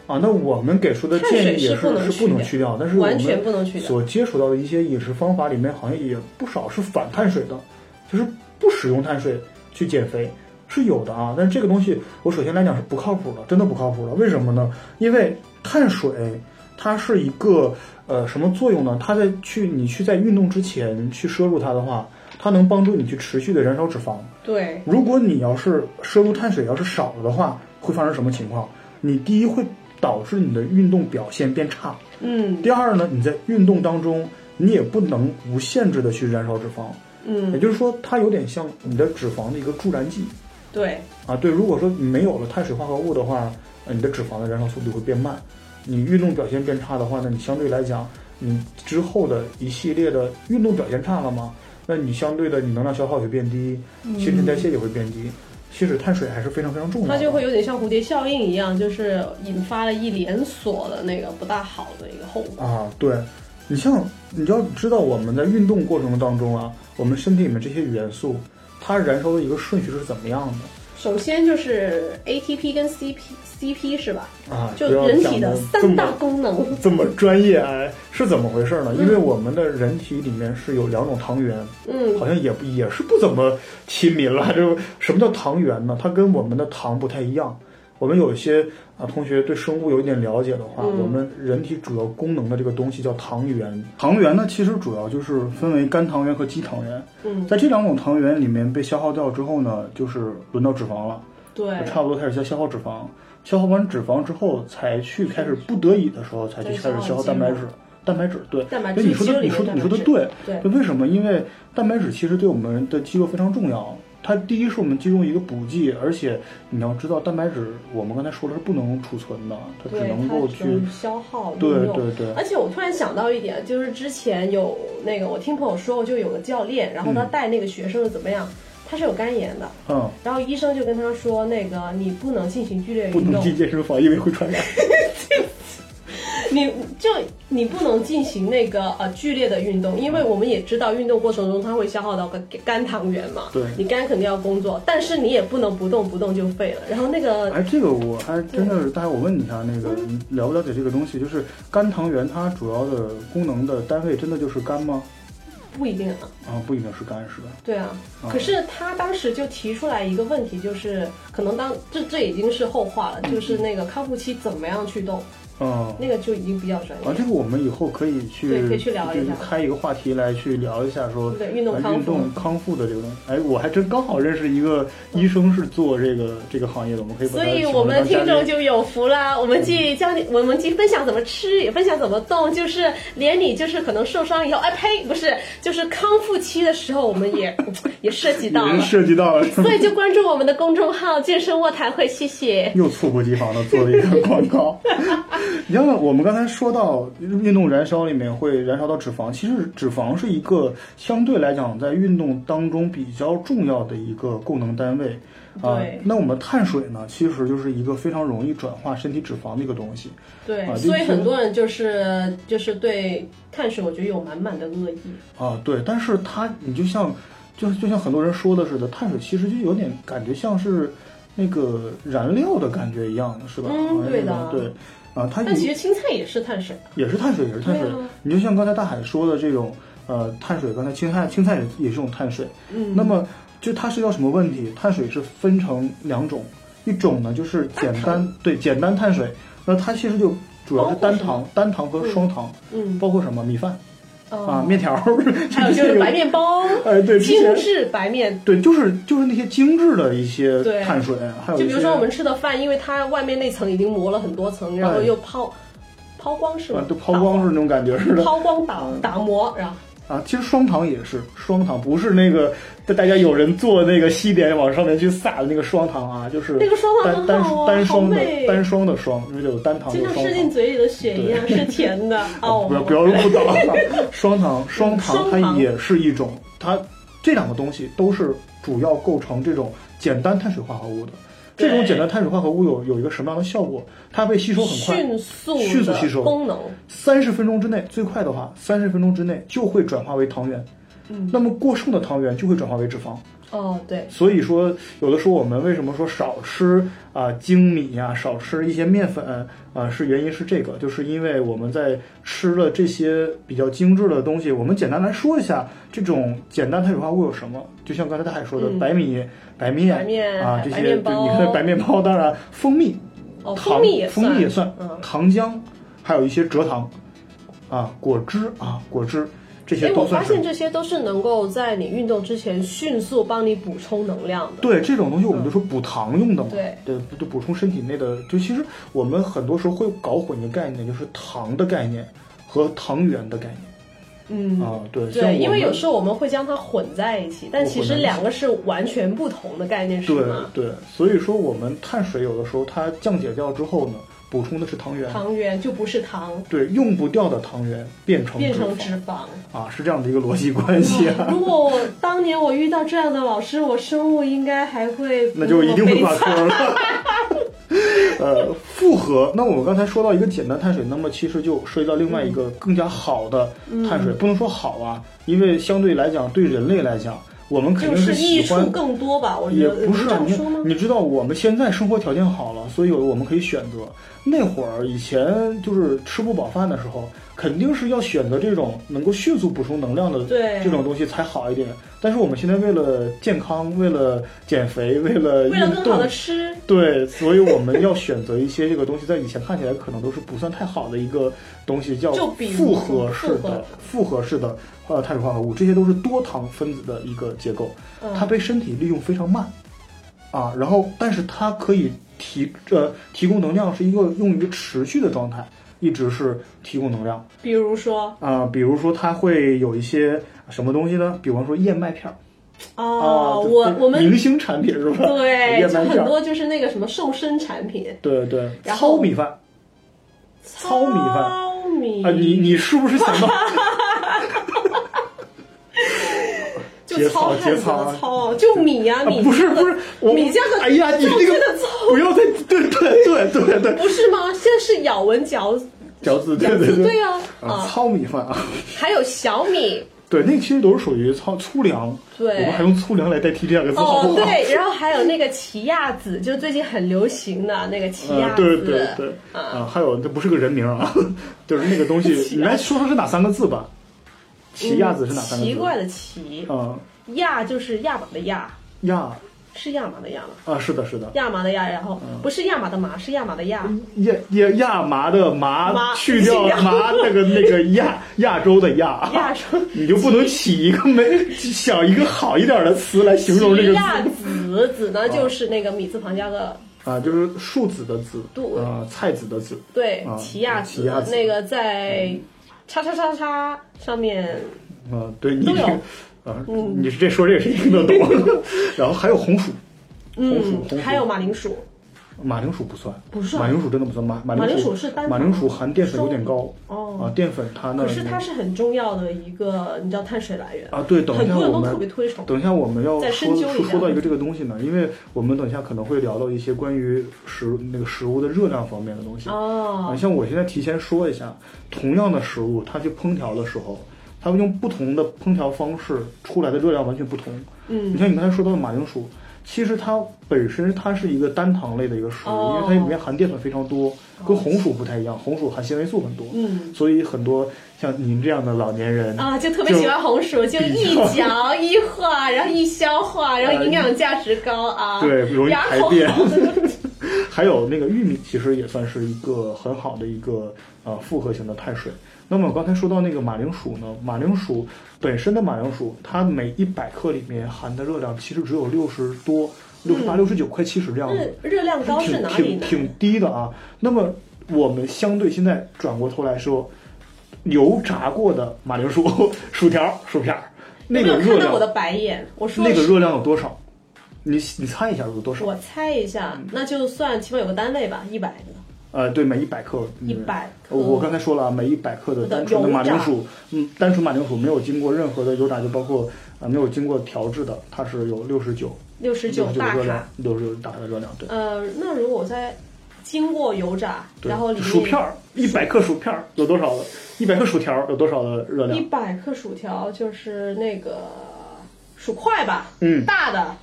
S1: 啊，那我们给出的
S2: 碳
S1: 建
S2: 水
S1: 议也
S2: 是不能
S1: 是
S2: 去
S1: 不能
S2: 掉
S1: 去掉，但是我
S2: 完
S1: 们
S2: 全不能去掉
S1: 所接触到的一些饮食方法里面好像也不少是反碳水的，就是不使用碳水去减肥，是有的啊，但是这个东西我首先来讲是不靠谱的，真的不靠谱的。为什么呢？因为碳水它是一个呃什么作用呢？它在去你去在运动之前去摄入它的话，它能帮助你去持续的燃烧脂肪。
S2: 对，
S1: 如果你要是摄入碳水要是少了的话，会发生什么情况？你第一会导致你的运动表现变差，
S2: 嗯
S1: 第二呢，你在运动当中你也不能无限制的去燃烧脂肪，也
S2: 嗯，
S1: 就是说它有点像你的脂肪的一个助燃剂
S2: 对，
S1: 啊。对，如果说你没有了碳水化合物的话，呃，你的脂肪的燃烧速度会变慢，你运动表现变差的话，那你相对来讲，你之后的一系列的运动表现差了嘛，那你相对的你能量消耗也变低，新陈代谢也会变低。其实碳水还是非常非常重要的，
S2: 嗯它就会有点像蝴蝶效应一样，就是引发了一连锁的那个不大好的一个后果。
S1: 啊，对，你像你要知道我们在运动过程当中啊，我们身体里面这些元素，它燃烧的一个顺序是怎么样的
S2: 首先就是 ATP 跟 CP，CP 是吧？
S1: 啊？
S2: 就
S1: 不要
S2: 人
S1: 讲
S2: 体的
S1: 得这
S2: 三
S1: 么
S2: 大功能。
S1: 这么专业哎，是怎么回事呢？因为我们的人体里面是有两种糖原，
S2: 嗯
S1: 好像也不也是不怎么亲民了。 (laughs) 就什么叫糖原呢？它跟我们的糖不太一样。我们有一些啊同学对生物有一点了解的话，
S2: 嗯
S1: 我们人体主要功能的这个东西叫糖原。糖原呢，其实主要就是分为肝糖原和肌糖原。
S2: 嗯，
S1: 在这两种糖原里面被消耗掉之后呢，就是轮到脂肪了，
S2: 对，
S1: 差不多开始消消耗脂肪。消耗完脂肪之后，才去开始不得已的时候才去
S2: 对
S1: 开始消
S2: 消
S1: 耗
S2: 耗
S1: 蛋白质。蛋白质对，
S2: 蛋白
S1: 对
S2: 质
S1: 你说
S2: 肌肉
S1: 的，
S2: 里
S1: 你
S2: 面
S1: 说的，
S2: 蛋
S1: 你
S2: 白
S1: 说的
S2: 质
S1: 对。
S2: 对
S1: 对，为什么？因为蛋白质其实对我们的肌肉非常重要。它第一是我们肌肉一个补剂，而且你要知道，蛋白质我们刚才说了是不能储存的，它只
S2: 对，
S1: 能
S2: 它
S1: 够
S2: 只
S1: 去
S2: 能消耗
S1: 对
S2: 运用
S1: 对对
S2: 而且我突然想到一点，就是之前有那个我听朋友说过，就有个教练，然后他带那个学生怎么样，他是有肝炎的，
S1: 嗯，
S2: 然后医生就跟他说，那个你不能进行剧烈
S1: 不
S2: 运
S1: 能
S2: 动，
S1: 进健身房，因为会传染。
S2: 你就你不能进行那个呃剧烈的运动，因为我们也知道运动过程中它会消耗到个肝糖原嘛，
S1: 对
S2: 你肝肯定要工作，但是你也不能不动不动就废了。然后那个
S1: (laughs) 哎，这个我还真的是，待会我问你一下，那个
S2: 嗯
S1: 你了不了解这个东西？就是肝糖原它主要的功能的单位真的就是肝吗？
S2: 不一定啊，
S1: 啊，不一定是肝是吧？
S2: 对啊
S1: 啊，
S2: 可是他当时就提出来一个问题，就是可能当这这已经是后话了，就是那个康复期怎么样去动，
S1: 嗯。
S2: 那个就已经比较专
S1: 啊，
S2: 业。
S1: 这个我们以后可以去，
S2: 对可以去聊一
S1: 就是
S2: 下
S1: 开一个话题来去聊一下说，
S2: 对运动
S1: 呃
S2: 康
S1: 运
S2: 复
S1: 动康复的这个东西。哎，我还真刚好认识一个医生是做这个这个行业的，我们嗯可以把
S2: 所
S1: 他
S2: 以
S1: 请
S2: 我
S1: 过来
S2: 们
S1: 当嘉
S2: 听众
S1: 宾
S2: 就有福啦！我们既教你，我们既分享怎么吃，也分享怎么动，就是连你就是可能受伤以后，哎呸，不是，就是康复期的时候，我们也 (laughs) 也涉及到
S1: 已经
S2: 了。
S1: 涉及到
S2: (laughs)
S1: 了，
S2: 所以就关注我们的公众号“健身卧谈会”，谢谢。
S1: (laughs) 又猝不及防的做了一个广告。你像我们刚才说到运动燃烧里面会燃烧到脂肪，其实脂肪是一个相对来讲在运动当中比较重要的一个供能单位。啊
S2: 对，
S1: 那我们碳水呢，其实就是一个非常容易转化身体脂肪的一个东西。
S2: 对
S1: 啊，
S2: 所以
S1: 就是
S2: 很多人就是就是对碳水，我觉得有满满的恶意。
S1: 啊，对，但是它你就像，就是就像很多人说的似的，碳水其实就有点感觉像是那个燃料的感觉一样，是吧？
S2: 嗯
S1: 好像
S2: 对
S1: 那种
S2: 的
S1: 对。啊，它
S2: 但
S1: 你
S2: 其实青菜也是碳水，
S1: 也是碳水，也是碳水。
S2: 对啊
S1: 你就像刚才大海说的这种，呃，碳水，刚才青菜，青菜也也是一种碳水。
S2: 嗯，
S1: 那么就它涉及到什么问题？碳水是分成两种，一种呢就是简单，对，简单碳水，那它其实就主要是单糖、单糖和双糖，
S2: 嗯
S1: 包括什么米饭、啊、
S2: 哦，
S1: 面条，
S2: (laughs) 还有就是白，面包，
S1: (laughs) 哎，对，之
S2: 精
S1: 前
S2: 致白面
S1: 对，就是就是那些精致的一些
S2: 对
S1: 碳水，还有
S2: 就
S1: 一
S2: 比
S1: 些
S2: 如说我们吃的饭，因为它外面那层已经磨了很多层，然后又抛抛光是
S1: 哎啊
S2: 吗，？
S1: 都抛光是那种感觉似的嗯
S2: 打，。抛光打打磨，然后
S1: 啊，其实双糖也是双糖，不是那个大大家有人做那个西点往上面去撒的那个双糖啊，就是
S2: 那个双糖
S1: 单单
S2: 很好啊
S1: 单双的
S2: 好美
S1: 单双的双，因为有单糖
S2: 就
S1: 有
S2: 像
S1: 双
S2: 吃进
S1: 糖。
S2: 嘴里的血一样，是甜
S1: (laughs)
S2: 的哦。
S1: 不要不要误导
S2: (laughs)
S1: 啊，双糖双糖
S2: 双
S1: 它
S2: 糖
S1: 也是一种，它这两个东西都是主要构成这种简单碳水化合物的。这种
S2: 对
S1: 简单碳水化合物有有一个什么样的效果？它被吸收很快，
S2: 迅速
S1: 迅速吸收
S2: 的功能，
S1: 三十分钟之内，最快的话，三十分钟之内就会转化为糖原。
S2: 嗯
S1: 那么过剩的糖原就会转化为脂肪。
S2: 哦，对，
S1: 所以说，有的时候我们为什么说少吃啊、精米呀、少吃一些面粉啊、是原因是这个，就是因为我们在吃了这些比较精致的东西。我们简单来说一下，这种简单碳水化合物有什么？就像刚才大海说的，
S2: 嗯
S1: 白米、白面
S2: 白面
S1: 啊，
S2: 白
S1: 这些
S2: 面
S1: 对，
S2: 包
S1: 你看白面包，当然蜂蜜、
S2: 哦，
S1: 糖、
S2: 蜂蜜也算，
S1: 蜂蜜也算，
S2: 嗯。
S1: 糖浆，还有一些蔗糖啊、果汁啊、果汁，这些
S2: 哎，
S1: 都
S2: 我
S1: 算
S2: 发
S1: 是
S2: 现。这些都是能够在你运动之前迅速帮你补充能量的。
S1: 对这种东西，我们就说补糖用的嘛，
S2: 对
S1: 对，就补充身体内的。就其实我们很多时候会搞混一个概念，就是糖的概念和糖原的概念
S2: 嗯，
S1: 啊。对，像
S2: 对，
S1: 我
S2: 因
S1: 们
S2: 为有时候我们会将它混在一起，但其实两个是完全不同的概念，是
S1: 对
S2: 吗？
S1: 对，所以说我们碳水有的时候它降解掉之后呢，补充的是糖原，
S2: 糖原就不是糖，
S1: 对，用不掉的糖原变成
S2: 变成
S1: 肪 (laughs)
S2: 脂哦肪。
S1: 啊，是这样的一个逻辑关系啊。
S2: 如果我当年我遇到这样的老师，我生物应该还会
S1: 那就一定
S2: 不
S1: 会
S2: 那
S1: 挂
S2: 么悲
S1: 科
S2: 惨 (laughs)
S1: 了。 (laughs) 呃，复合。那我们刚才说到一个简单碳水，那么其实就涉及到另外一
S2: 嗯
S1: 个更加好的碳水，不能说好啊，因为相对来讲，对人类来讲，我们肯
S2: 就
S1: 定
S2: 是益
S1: 喜
S2: 处
S1: 欢，
S2: 更多吧？我觉
S1: 也
S2: 得
S1: 不是
S2: 能这
S1: 啊。
S2: 样
S1: 你
S2: 说吗？
S1: 你知道我们现在生活条件好了，所以我们可以选择。那会儿以前就是吃不饱饭的时候，肯定是要选择这种能够迅速补充能量的
S2: 对
S1: 这种东西才好一点。但是我们现在为了健康，为了减肥，为了
S2: 为了
S1: 运
S2: 更好
S1: 动
S2: 的，吃，
S1: 对，所以我们要选择一些这个东西，在以前看起来可能都是不算太好的一个东西，叫
S2: 就比如
S1: 复合式
S2: 复合
S1: 的复合式的呃碳水化合物，这些都是多糖分子的一个结构，它
S2: 嗯，
S1: 被身体利用非常慢啊，然后但是它可以提呃提供能量是一个用于持续的状态，一直是提供能量
S2: 比如说
S1: 啊、比如说它会有一些什么东西呢？比方说燕麦片儿啊，
S2: 哦，
S1: 这
S2: 我
S1: 这
S2: 我们
S1: 明星产品是吧？(laughs)
S2: 对，
S1: 燕
S2: 就
S1: 麦片
S2: 很
S1: 儿。
S2: 多就是那个什么瘦身产品，
S1: 对对，
S2: 然
S1: 糙
S2: 后
S1: 米饭糙米饭
S2: 糙米
S1: 啊，你你是不是想
S2: (laughs)
S1: 到啊
S2: 就糙
S1: 节操
S2: 汉子
S1: 节操
S2: 的
S1: 啊
S2: 糙，就米呀
S1: 啊
S2: 米，
S1: 不是不是，我
S2: 米酱和
S1: 哎呀，你
S2: 正
S1: 这
S2: 确
S1: 个
S2: 的糙，
S1: 不要再对对对对对，
S2: (laughs) 不是吗？现在是咬文嚼
S1: 饺子对
S2: 嚼
S1: 对
S2: 字，
S1: 对
S2: 对啊
S1: 啊，
S2: 啊，
S1: 糙米饭啊，
S2: 还有小米，
S1: 对，那个其实都是属于糙粗粮，
S2: 对
S1: 我们还用粗粮来代替这两个字，好
S2: 哦
S1: 不好？
S2: 对，然后还有那个奇亚籽，就是最近很流行的那个奇亚
S1: 呃，
S2: 籽，
S1: 对对对，
S2: 啊，
S1: 啊，还有这不是个人名啊， (laughs) 就是那个东西，
S2: (laughs) 奇亚嗯
S1: 你来说说是哪三个字吧？奇亚籽是哪三个字？
S2: 奇怪的奇，
S1: 嗯，
S2: 亚就是亚麻的亚，
S1: 亚
S2: 是亚麻的亚吗？
S1: 啊，是的，是的，
S2: 亚麻的亚，然后
S1: 嗯
S2: 不是亚麻的麻，是亚麻的亚。
S1: 亚亚亚麻的麻
S2: 麻
S1: 去掉
S2: 去掉 (laughs)
S1: 麻那个那个亚亚洲的亚，
S2: 亚洲
S1: 你就不能起一个没想一个好一点的词来 (laughs) 形容这个
S2: 奇
S1: 字
S2: 亚籽，籽呢就是那个米字旁加个
S1: 啊？就是树子的子，
S2: 对
S1: 啊，菜籽的籽，
S2: 对
S1: 啊
S2: 奇亚籽
S1: 奇亚，籽嗯
S2: 那个在叉叉叉叉上面
S1: 啊，对你
S2: 都
S1: 这个
S2: 有
S1: 啊，
S2: 嗯
S1: 你这说这个谁听得懂？
S2: (laughs)
S1: 然后还有红薯，红薯
S2: 嗯
S1: 红薯，
S2: 还有马铃薯，
S1: 马铃薯不算，
S2: 不算
S1: 马铃薯真的不算，马马
S2: 马
S1: 铃
S2: 铃
S1: 薯
S2: 薯是单
S1: 马
S2: 糖
S1: 铃薯含淀粉有点高
S2: 哦
S1: 啊，淀粉它那
S2: 可是它是很重要的一个，你知道碳水来源
S1: 啊，对，等一
S2: 很
S1: 下
S2: 多人
S1: 我
S2: 都
S1: 们
S2: 特别推崇。
S1: 等一下，我们要
S2: 再
S1: 说
S2: 深究一
S1: 说
S2: 下
S1: 说到一个这个东西呢，因为我们等一下可能会聊到一些关于食那个食物的热量方面的东西。啊，
S2: 哦，
S1: 像我现在提前说一下，同样的食物，它去烹调的时候，它们用不同的烹调方式出来的热量完全不同。
S2: 嗯
S1: 你像你刚才说到的马铃薯，其实它本身它是一个单糖类的一个食物，
S2: 哦
S1: 因为它里面含淀粉非常多，跟红薯不太一样，红薯含纤维素很多，
S2: 嗯
S1: 所以很多像您这样的老年人
S2: 啊，就特别喜欢红薯，就一嚼一化，然后一消化，然后营养价值高
S1: (laughs)
S2: 啊，
S1: 对，容易
S2: 牙
S1: 排
S2: 口
S1: 便
S2: 好。
S1: (laughs) 还有那个玉米，其实也算是一个很好的一个呃复合型的碳水。那么我刚才说到那个马铃薯呢，马铃薯本身的马铃薯，它每一百克里面含的热量其实只有六十多、六十八、六十九、快七十这样
S2: 热
S1: 子，
S2: 热量嗯高是
S1: 啊挺
S2: 哪里
S1: 挺
S2: 呢？
S1: 挺低的啊。那么我们相对现在转过头来说，油炸过的马铃薯、薯条、薯片儿，那个
S2: 有没
S1: 热
S2: 有看到我的
S1: 量，
S2: 白眼，我说
S1: 那个
S2: 是
S1: 热量有多少？你你猜一下有多少？
S2: 我猜一下，
S1: 嗯
S2: 那就算起码有个单位吧，一百个，
S1: 呃，对，每一百克，
S2: 一百克。
S1: 我我刚才说了啊，每一百克的单纯的马铃薯，嗯，单纯马铃薯没有经过任何的油炸，就包括啊、呃没有经过调制的，它是有六十九
S2: 六十九大
S1: 热量
S2: 卡。，
S1: 六十九大卡的热量，对。
S2: 呃，那如果我在经过油炸，
S1: 对
S2: 然后里面
S1: 薯片儿，一百克薯片儿有多少的？一百克薯条儿有多少的热
S2: 一
S1: 量？
S2: 百克薯条就是那个薯块吧，
S1: 嗯
S2: 大的，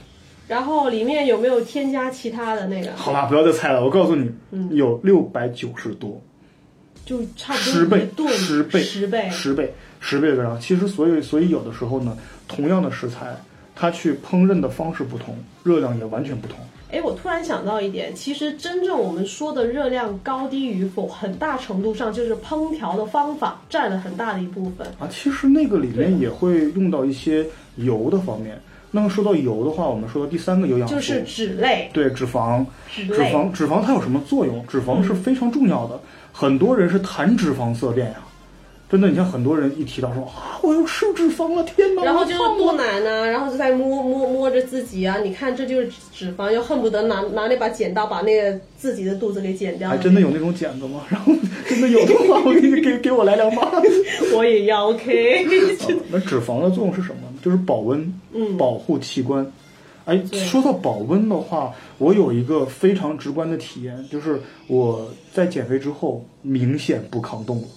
S2: 然后里面有没有添加其他的那个？
S1: 好吧，不要再猜了，我告诉你，
S2: 嗯
S1: 有六百九十多，
S2: 就差不多
S1: 十倍
S2: 一，顿
S1: 十倍，
S2: 十倍，
S1: 十倍，十倍的量。其实，所以，所以有的时候呢，同样的食材，它去烹饪的方式不同，热量也完全不同。
S2: 哎，我突然想到一点，其实真正我们说的热量高低与否，很大程度上就是烹调的方法占了很大的一部分。
S1: 啊，其实那个里
S2: 对的
S1: 面也会用到一些油的方面。那么说到油的话，我们说到第三个有氧素，
S2: 就是脂类，
S1: 啊对脂肪，
S2: 脂
S1: 脂
S2: 类，嗯
S1: 肪，脂肪它有什么作用？脂肪是非常重要的，很多人是谈脂肪色变呀。真的，你像很多人一提到说啊，我又吃脂肪了，天哪！
S2: 然后
S1: 我
S2: 就是
S1: 胖
S2: 多
S1: 了
S2: 奶呐、然后就在摸摸摸着自己啊，你看这就是脂肪，又恨不得拿拿那把剪刀把那个自己的肚子给剪掉。
S1: 还真的有那种剪子吗？然后真的有的话，我给你给给我来两把。
S2: (laughs) 我也要 (laughs) OK，
S1: (laughs) 那脂肪的作用是什么呢？就是保温，
S2: 嗯
S1: 保护器官。哎，
S2: 对
S1: 说到保温的话，我有一个非常直观的体验，就是我在减肥之后明显不抗冻了，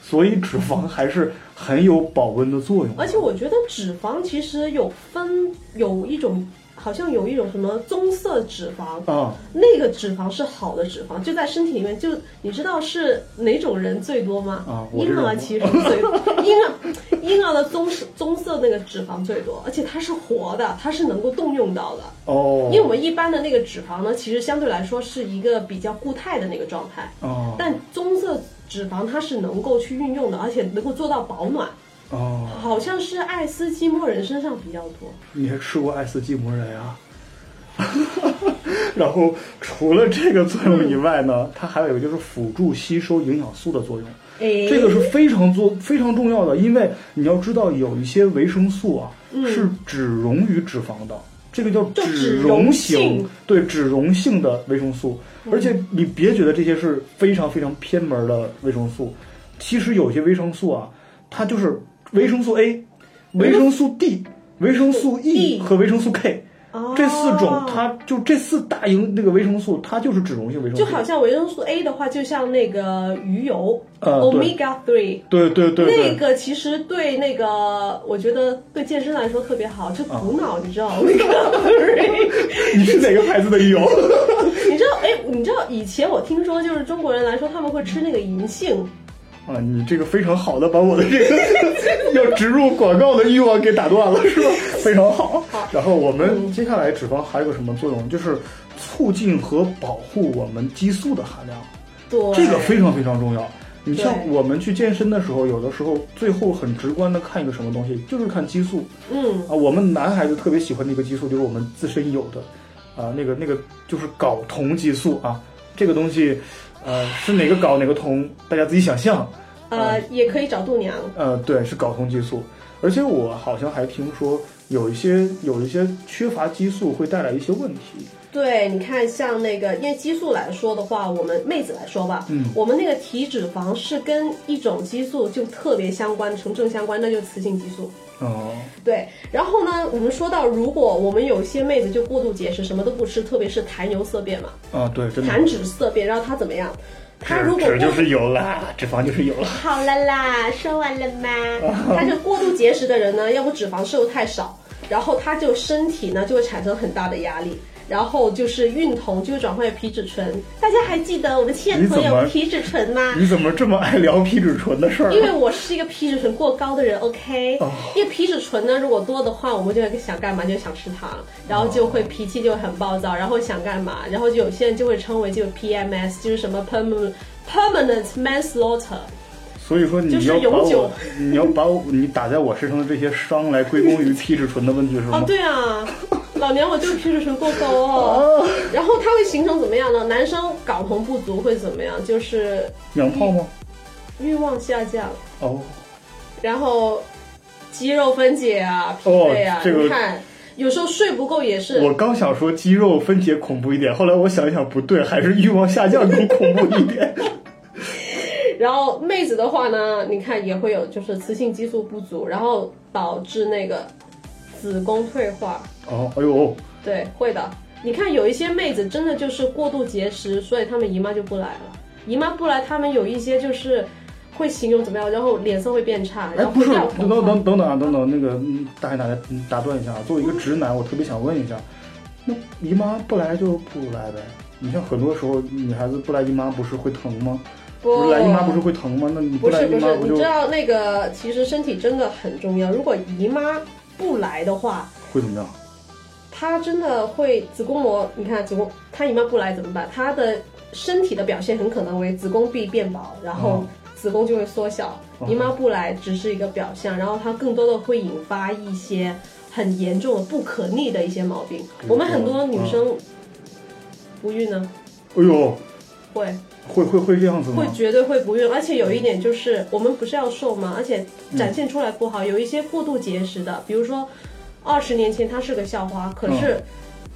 S1: 所以脂肪还是很有保温的作用。
S2: 而且我觉得脂肪其实有分有一种，好像有一种什么棕色脂肪，
S1: 啊，
S2: 那个脂肪是好的脂肪，就在身体里面。就你知道是哪种人最多吗？
S1: 啊我
S2: 婴
S1: 知道
S2: 儿其实最多，婴儿婴儿的棕棕色那个脂肪最多，而且它是活的，它是能够动用到的。
S1: 哦，
S2: 因为我们一般的那个脂肪呢，其实相对来说是一个比较固态的那个状态，
S1: 哦
S2: 但棕色脂肪它是能够去运用的，而且能够做到保暖。
S1: 哦，
S2: 好像是爱斯基摩人身上比较多。
S1: 你还吃过爱斯基摩人啊？ (laughs) 然后除了这个作用以外呢，它还有一个就是辅助吸收营养素的作用。
S2: 哎
S1: 这个是非常做非常重要的，因为你要知道有一些维生素啊、是只溶于脂肪的，这个叫
S2: 嗯就
S1: 脂
S2: 脂溶
S1: 型
S2: 性，嗯
S1: 对脂溶性的维生素。而且你别觉得这些是非常非常偏门的维生素，其实有些维生素啊，它就是维生素 A、维生素 D、维生素 E
S2: D
S1: 和维生素 K。
S2: 哦
S1: 这四种，它就这四大营那个维生素，它就是脂溶性维生素。
S2: 就好像维生素 A 的话，就像那个鱼油、
S1: 呃对
S2: omega three。
S1: 对对对对，
S2: 那个其实对那个，我觉得对健身来说特别好，就补脑，
S1: 啊
S2: 你知道吗？
S1: 你是哪个牌子的 E 哦油？
S2: 你知道，哎，你知道以前我听说，就是中国人来说他们会吃那个银杏，
S1: 啊，你这个非常好的把我的这个 (laughs) 要植入广告的欲望给打断了，是
S2: (laughs)
S1: 吧？非常好。然后我们接下来脂肪还有个什么作用？就是促进和保护我们激素的含量，
S2: 对，
S1: 这个非常非常重要。你像
S2: 对
S1: 我们去健身的时候，有的时候最后很直观的看一个什么东西，就是看激素
S2: 嗯，
S1: 啊。我们男孩子特别喜欢的一个激素，就是我们自身有的，啊，那个那个就是睾酮激素啊，这个东西，呃，是哪个睾哪个酮，大家自己想象。啊
S2: 呃，也可以找度娘，
S1: 呃，对，是睾酮激素。而且我好像还听说有一些有一些缺乏激素会带来一些问题。
S2: 对，你看，像那个，因为激素来说的话，我们妹子来说吧，
S1: 嗯
S2: 我们那个体脂肪是跟一种激素就特别相关，成正相关，那就是雌性激素。
S1: 哦，
S2: 对，然后呢，我们说到，如果我们有些妹子就过度节食，什么都不吃，特别是痰油色变嘛，
S1: 啊，对，真的，
S2: 痰脂色变，然后她怎么样？她如果
S1: 脂
S2: 过
S1: 就是油了，脂肪就是油了。
S2: 好了啦，说完了
S1: (laughs)
S2: 吗？他就过度节食的人呢，要不脂肪摄入太少，然后他就身体呢就会产生很大的压力，然后就是孕酮就会转换为皮质醇。大家还记得我们亲爱的朋
S1: 你怎么
S2: 友皮质醇
S1: (laughs)
S2: 吗？
S1: 你怎么这么爱聊皮质醇的事儿啊
S2: 因？为我是一个皮质醇过高的人，OK，、
S1: 哦
S2: 因为皮质醇呢，如果多的话，我们就会想干嘛就想吃糖，然后就会脾气就会很暴躁，然后想干嘛，然后就有些人就会称为就是 PMS，就是什么 permanent permanent manslaughter，
S1: 所以说
S2: 就
S1: 你
S2: 是
S1: 要把
S2: 永久
S1: 我， (laughs) 你要把我，你打在我身上的这些伤来归
S2: (laughs)
S1: 功于皮质醇的问题是
S2: 啊
S1: 吗，？
S2: 对啊，老娘我就是皮质醇过高哦。然后它会形成怎么样呢？男生睾酮不足会怎么样？就是
S1: 娘炮吗？
S2: 欲望下降，
S1: 哦，
S2: 然后肌肉分解啊、疲
S1: 哦
S2: 惫啊。
S1: 这个
S2: 你看，有时候睡不够也是。
S1: 我刚想说肌肉分解恐怖一点，后来我想一想不对，还是欲望下降更恐怖一点。 (laughs)
S2: 然后妹子的话呢，你看也会有就是雌性激素不足，然后导致那个子宫退化。
S1: 哦，哎呦，
S2: 对，会的。你看，有一些妹子真的就是过度节食，所以她们姨妈就不来了。姨妈不来，她们有一些就是，会形容怎么样，然后脸色会变差，
S1: 哎，
S2: 然后
S1: 不
S2: 会
S1: 是，
S2: 掉
S1: 等
S2: 头
S1: 等
S2: 发。
S1: 等等啊，等等，那个嗯大爷奶奶嗯打断一下啊，作为一个直男，我特别想问一下，那姨妈不来就不来呗？你像很多时候女孩子不来姨妈不是会疼吗？不是来姨妈不是会疼吗？那你
S2: 不
S1: 来
S2: 是
S1: 姨
S2: 不
S1: 妈
S2: 是，
S1: 不
S2: 你
S1: 就
S2: 知道那个其实身体真的很重要。如果姨妈不来的话，
S1: 会怎么样？
S2: 她真的会子宫膜，你看子宫，她姨妈不来怎么办？她的身体的表现很可能为子宫壁变薄，然后
S1: 哦
S2: 子宫就会缩小。
S1: 哦
S2: 姨妈不来只是一个表象，然后它更多的会引发一些很严重的不可逆的一些毛病。
S1: 比如说嗯
S2: 我们很多女生不孕呢，
S1: 哎呦，
S2: 会
S1: 会会会这样子吗
S2: 会？绝对会不孕，而且有一点就是我们不是要瘦吗？而且展现出来不好，有一些过度节食的，比如说二十年前它是个校花，可是。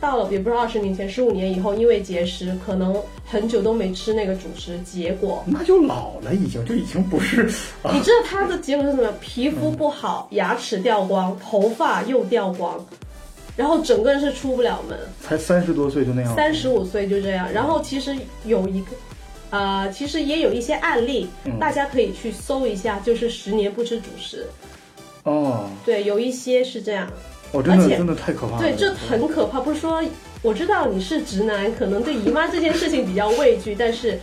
S2: 到了也不是二十年前，十五年以后，因为节食，可能很久都没吃那个主食，结果
S1: 那就老了，已经就已经不是啊
S2: 你知道它的结果是什么？皮肤不好，牙齿掉光，头发又掉光，然后整个人是出不了门。
S1: 才三十多岁就那样。
S2: 三十五岁就这样。然后其实有一个，呃，其实也有一些案例，
S1: 嗯
S2: 大家可以去搜一下，就是十年不吃主食，
S1: 哦，
S2: 对，有一些是这样。
S1: 哦，真的
S2: 而且
S1: 真的太可怕了。
S2: 对，这很可怕。不是说我知道你是直男，可能对姨妈这件事情比较畏惧，但是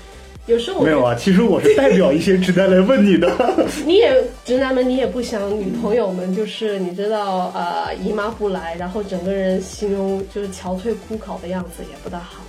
S2: 有时候我
S1: 没有啊，其实我是代表一些直男来问你的。
S2: 你也直男们，你也不想女朋友们，就是你知道，呃，姨妈不来，然后整个人形容就是憔悴枯槁的样子，也不大好。
S1: 嗯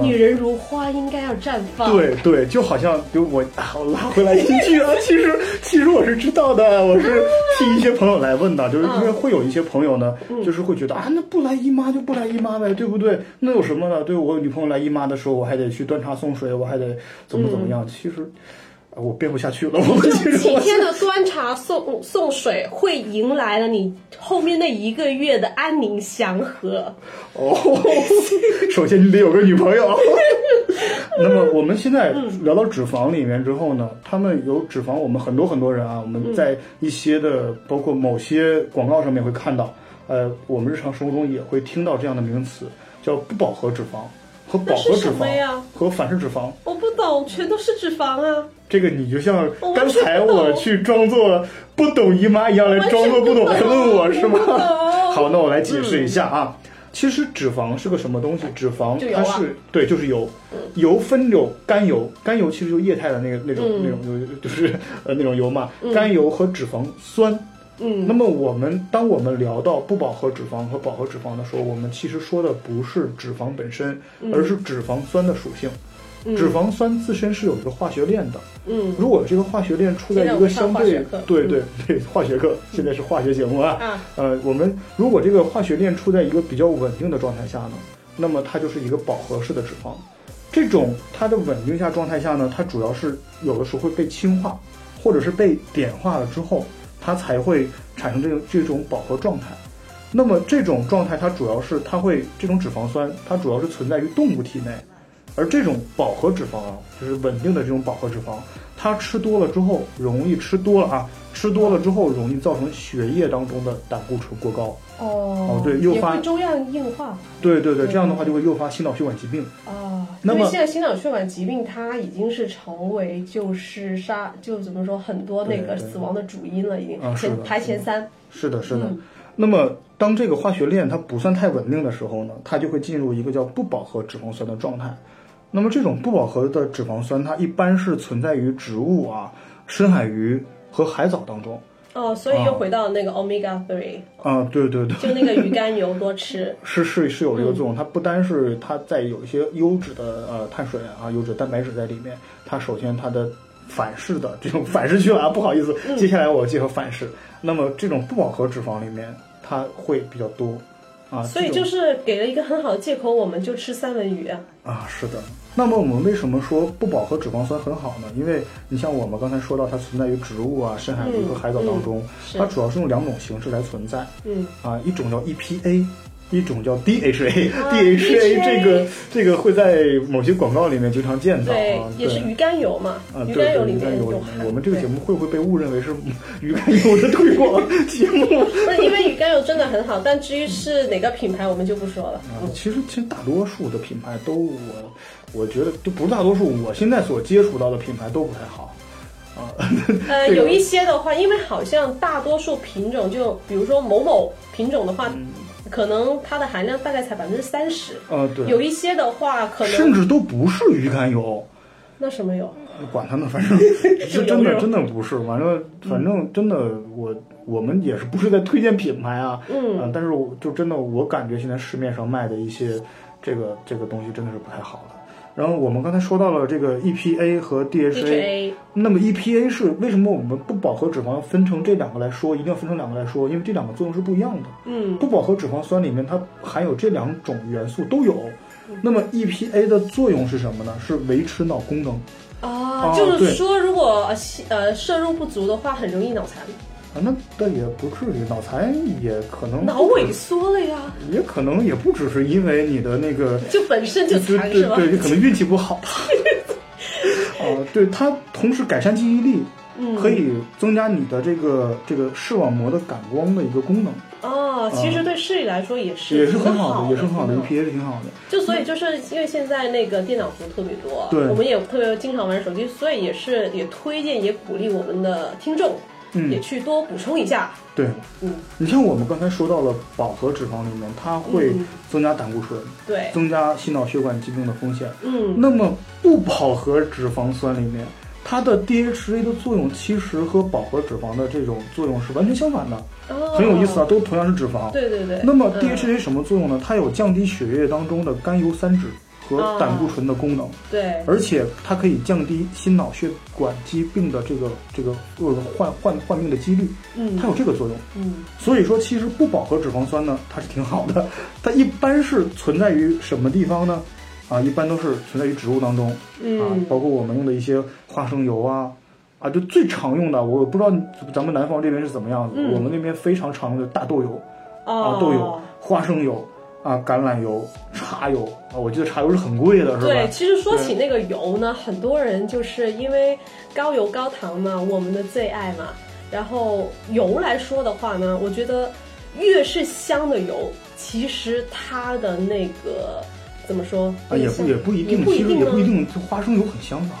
S2: 女人如花，应该要绽放。
S1: 对对，就好像比如我啊，我拉回来一句啊，其实其实我是知道的， (laughs) 我是替一些朋友来问的，就是因为会有一些朋友呢，就是会觉得啊，那不来姨妈就不来姨妈呗，对不对？那有什么呢？对我女朋友来姨妈的时候，我还得去端茶送水，我还得怎么怎么样，其实。啊我编不下去了，我其
S2: (laughs)
S1: 实
S2: 几
S1: 我
S2: 天的端茶送送水，会迎来了你后面那一个月的安宁祥和。
S1: 哦，首先你得有个女朋
S2: (laughs)
S1: 友。那么我们现在聊到脂肪里面之后呢，他们有脂肪，我们很多很多人啊，我
S2: 嗯
S1: 们在一些的包括某些广告上面会看到，呃，我们日常生活中也会听到这样的名词，叫不饱和脂肪和饱和
S2: 那是
S1: 脂
S2: 什么
S1: 肪
S2: 呀
S1: 和反式脂肪。
S2: 我不懂，全都是脂肪啊！
S1: 这个你就像
S2: 我
S1: 刚才
S2: 不懂
S1: 我去装作不懂姨妈一样来装作不懂来问我是吗
S2: 我不懂？嗯
S1: 好，那我来解释一下啊。其实脂肪是个什么东西？脂肪
S2: 就油
S1: 它
S2: 啊嗯
S1: 是对，就是油，油分有甘油，甘油其实就是液态的那个那种
S2: 嗯
S1: 那种油，就是呃那种油嘛。甘油和脂肪酸。
S2: 嗯
S1: 那么我们当我们聊到不饱和脂肪和饱和脂肪的时候，我们其实说的不是脂肪本身，
S2: 嗯
S1: 而是脂肪酸的属性。脂肪酸自身是有一个化学链的，
S2: 嗯
S1: 如果这个化学链处在一个相对
S2: 现在我们上化学课嗯
S1: 对对对化学课，现在是化学节目啊，
S2: 啊，
S1: 呃，我们如果这个化学链处在一个比较稳定的状态下呢，那么它就是一个饱和式的脂肪。这种它的稳定下状态下呢，它主要是有的时候会被氢化，或者是被碘化了之后，它才会产生这种这种饱和状态。那么这种状态它主要是它会这种脂肪酸，它主要是存在于动物体内，而这种饱和脂肪啊，就是稳定的这种饱和脂肪，它吃多了之后容易吃多了啊，吃多了之后容易造成血液当中的胆固醇过高。
S2: 哦
S1: 哦对诱发
S2: 也会中样硬化
S1: 对对对，这样的话就会诱发心脑血管疾病。
S2: 啊。
S1: 那
S2: 因
S1: 么
S2: 为现在心脑血管疾病，它已经是成为就是杀，就怎么说很多那个
S1: 对对
S2: 死亡的主因了，已经
S1: 啊是
S2: 前
S1: 的
S2: 排前三。
S1: 是的，是的。
S2: 嗯
S1: 那么当这个化学链它不算太稳定的时候呢，它就会进入一个叫不饱和脂肪酸的状态。那么这种不饱和的脂肪酸，它一般是存在于植物啊、深海鱼和海藻当中。
S2: 哦，所以又回到那个 omega three，
S1: 啊，对对对，
S2: 就那个鱼肝油多吃。
S1: 是是是有这个作
S2: 嗯
S1: 用，它不单是它在有一些优质的呃碳水啊、优质蛋白质在里面，它首先它的反式的这种 (laughs) 反式去了啊，不好意思，
S2: 嗯
S1: 接下来我介绍反式。那么这种不饱和脂肪里面，它会比较多 (laughs) 啊，
S2: 所以
S1: 这种
S2: 就是给了一个很好的借口，我们就吃三文鱼啊。
S1: 啊，是的。那么我们为什么说不饱和脂肪酸很好呢？因为你像我们刚才说到，它存在于植物啊、深海鱼和海藻当中，
S2: 嗯是
S1: 它主要是用两种形式来存在。
S2: 嗯，
S1: 啊，一种叫 EPA，一种叫 DHA。 (laughs)
S2: 啊
S1: DHA 这个
S2: DHA
S1: 这个会在某些广告里面经常见到
S2: 对
S1: 啊，，
S2: 也是鱼肝油嘛
S1: 啊，，
S2: 鱼
S1: 对
S2: 肝油
S1: 对，
S2: 里
S1: 鱼肝
S2: 面
S1: 油
S2: 有
S1: 里面，
S2: 含。
S1: 我们这个节目会不会被误认为是鱼肝油的推广 (laughs) 节目？
S2: 对不是因为鱼肝油真的很好，但至于是哪个品牌，我们就不说
S1: (laughs)
S2: 了。
S1: 啊，其实其实大多数的品牌都我我觉得就不是大多数，我现在所接触到的品牌都不太好。啊，
S2: 呃，
S1: 这个
S2: 有一些的话，因为好像大多数品种就，比如说某某品种的话，
S1: 嗯
S2: 可能它的含量大概才百分之三十。
S1: 呃，对，
S2: 有一些的话，可
S1: 甚
S2: 能
S1: 至都不是鱼肝油，呃
S2: 那什么有，
S1: 管他呢，反
S2: (laughs)
S1: 正是真的真的不是，反正
S2: 嗯
S1: 反正真的我我们也是不是在推荐品牌啊，
S2: 嗯
S1: 呃但是我就真的我感觉现在市面上卖的一些这个这个东西真的是不太好的。然后我们刚才说到了这个 EPA 和
S2: DHA
S1: 那么 EPA 是为什么我们不饱和脂肪要分成这两个来说，一定要分成两个来说？因为这两个作用是不一样的。
S2: 嗯，
S1: 不饱和脂肪酸里面它含有这两种元素都有。那么 EPA 的作用是什么呢？是维持脑功能
S2: 啊
S1: 哦，
S2: 就是
S1: 对
S2: 说，如果呃吸呃摄入不足的话，很容易脑残、
S1: 啊，那倒也不至于，脑残也可能
S2: 脑萎缩了呀，
S1: 也可能也不只是因为你的那个
S2: 就本身就
S1: 对
S2: 残
S1: 对
S2: 是吧？
S1: 对，可能运气不
S2: (laughs)
S1: 好。哦、对，它同时改善记忆力，
S2: 嗯
S1: 可以增加你的这个这个视网膜的感光的一个功能，
S2: 哦，其实对视力来说也是
S1: 也是很
S2: 好
S1: 好的，也是很好的
S2: 真
S1: EPA 是挺好的。
S2: 就所以就是因为现在那个电脑族特别多，
S1: 对
S2: 我们也特别经常玩手机，所以也是也推荐也鼓励我们的听众，
S1: 嗯
S2: 也去多补充一下。
S1: 对，
S2: 嗯，
S1: 你像我们刚才说到了饱和脂肪里面，它会
S2: 嗯
S1: 增加胆固醇，
S2: 对，
S1: 增加心脑血管疾病的风险。
S2: 嗯，
S1: 那么不饱和脂肪酸里面，它的 DHA 的作用其实和饱和脂肪的这种作用是完全相反的，
S2: 哦
S1: 很有意思啊，。都同样是脂肪。
S2: 对对对。
S1: 那么
S2: 嗯
S1: DHA 什么作用呢？它有降低血液当中的甘油三酯和胆固醇的功能，
S2: 对，
S1: 而且它可以降低心脑血管疾病的这个这个呃患患患病的几率，它
S2: 嗯
S1: 有这个作用。
S2: 嗯
S1: 所以说，其实不饱和脂肪酸呢，它是挺好的。它一般是存在于什么地方呢？啊，一般都是存在于植物当中啊，
S2: 嗯
S1: 包括我们用的一些花生油啊，啊，就最常用的，我不知道咱们南方这边是怎么样子，
S2: 嗯
S1: 我们那边非常常用的大豆油
S2: 哦
S1: 啊，，豆油、花生油啊、橄榄油、茶油啊，我记得茶油是很贵的，是吧？
S2: 对，其实说起
S1: 对
S2: 那个油呢，很多人就是因为高油高糖嘛，我们的最爱嘛。然后油来说的话呢，我觉得越是香的油，其实它的那个怎么说？
S1: 啊，也不也不一定，
S2: 不
S1: 其实也不一
S2: 呢。
S1: 定，就花生油很香的。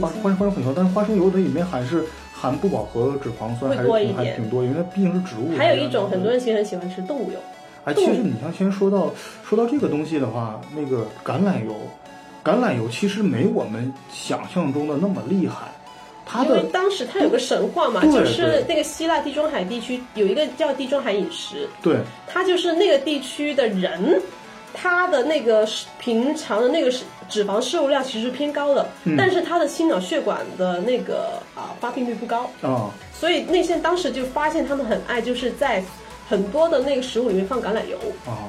S2: 很
S1: 花
S2: 香
S1: 花生花生很多，但是花生油它里面含是含不饱和脂肪酸
S2: 会
S1: 还是
S2: 多一
S1: 挺还
S2: 点
S1: 挺多，因为它毕竟是植物来源。
S2: 还有一种，很多人其实很喜欢吃动物油。
S1: 哎，其实你像先说到说到这个东西的话，那个橄榄油，橄榄油其实没我们想象中的那么厉害，它
S2: 因为
S1: 的
S2: 当时它有个神话嘛，
S1: 对
S2: 就是
S1: 对
S2: 那个希腊地中海地区有一个叫地中海饮食，
S1: 对
S2: 他就是那个地区的人，他的那个平常的那个脂肪摄入量其实偏高的，
S1: 嗯
S2: 但是他的心脑血管的那个啊发病率不高，
S1: 啊，
S2: 所以那些当时就发现他们很爱就是在很多的那个食物里面放橄榄油。
S1: 啊，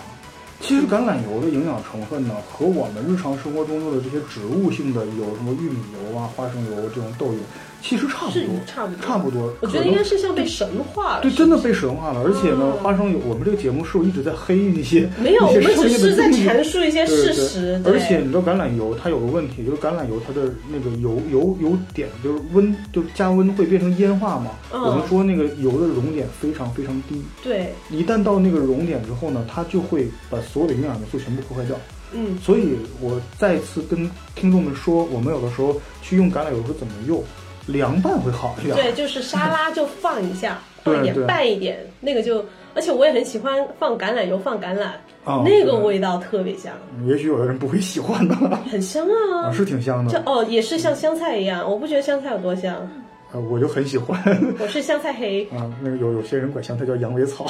S1: 其实橄榄油的营养成分呢，和我们日常生活中用的这些植物性的油，什么玉米油啊、花生油这种豆油，其实差不
S2: 是
S1: 多，
S2: 差不多
S1: 差不多。
S2: 我觉
S1: 可
S2: 得
S1: 能
S2: 应该是像被神化了，
S1: 对，
S2: 是
S1: 真
S2: 不
S1: 的
S2: 是
S1: 被神化了。而且呢，
S2: 嗯
S1: 花生油，我们这个节目是不是一直在黑一些？
S2: 没有，
S1: 一
S2: 我
S1: 些
S2: 们
S1: 商
S2: 只
S1: 业 (laughs)
S2: 是
S1: 的
S2: 在
S1: 东西
S2: 阐述一些
S1: 对
S2: 事
S1: 对
S2: 实，对
S1: 而且你知道橄榄油它有个问题，就是橄榄油它的那个油油油点就是温就是加温会变成烟化嘛。
S2: 嗯
S1: 我们说那个油的熔点非常非常低，
S2: 对，
S1: 一旦到那个熔点之后呢，它就会把所有的营养元素全部破坏掉。
S2: 嗯
S1: 所以我再次跟听众们说，我们有的时候去用橄榄油是怎么用，凉拌会好一点。
S2: 对，就是沙拉就放一下，
S1: 对
S2: 放一点
S1: 对
S2: 拌一点，那个就，而且我也很喜欢放橄榄油，放橄榄，
S1: 啊
S2: 那个
S1: 对
S2: 味道特别香，
S1: 也许有的人不会喜欢的，
S2: 很香
S1: 啊，
S2: 啊。
S1: 是挺香
S2: 这
S1: 的，
S2: 哦，也是像香菜一样，我不觉得香菜有多香，
S1: 呃，我就很喜欢
S2: 我是香菜黑，
S1: 啊。那个有有些人管香菜叫羊尾草，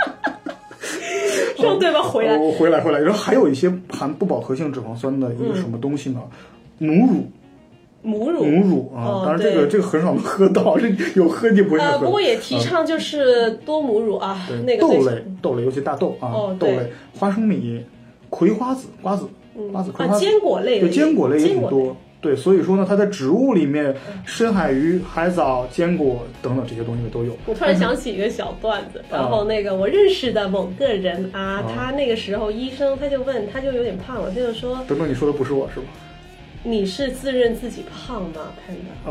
S1: 哦
S2: 让对方 (laughs) 回来。
S1: 我回来回来。然后还有一些含不饱和性脂肪酸的
S2: 嗯
S1: 一个什么东西呢？母乳，
S2: 母乳，
S1: 母乳啊，
S2: 哦
S1: 当然这个
S2: 对
S1: 这个很少能喝到， (laughs) 这有喝你也不会
S2: 呃，
S1: 喝。
S2: 不过也提倡就是多母乳啊
S1: 对，
S2: 那个
S1: 豆
S2: 对
S1: 类，豆类尤其大豆啊
S2: 哦，
S1: 豆
S2: 对
S1: 类、花生米、葵花籽、瓜子、
S2: 嗯
S1: 瓜子、葵
S2: 啊
S1: 花，籽，
S2: 坚果类
S1: 对
S2: 的也，
S1: 坚果类也
S2: 坚
S1: 挺
S2: 果类嗯
S1: 多。对，所以说呢，它在植物里面，深海鱼、海藻、坚果等等这些东西都有。
S2: 我突然想起一个小段子，
S1: 啊
S2: 然后那个我认识的某个人啊
S1: 啊，
S2: 他那个时候医生他就问，他就有点胖了，他就说
S1: 等等，你说的不是我是吧？
S2: 你是自认自己胖吗，潘达？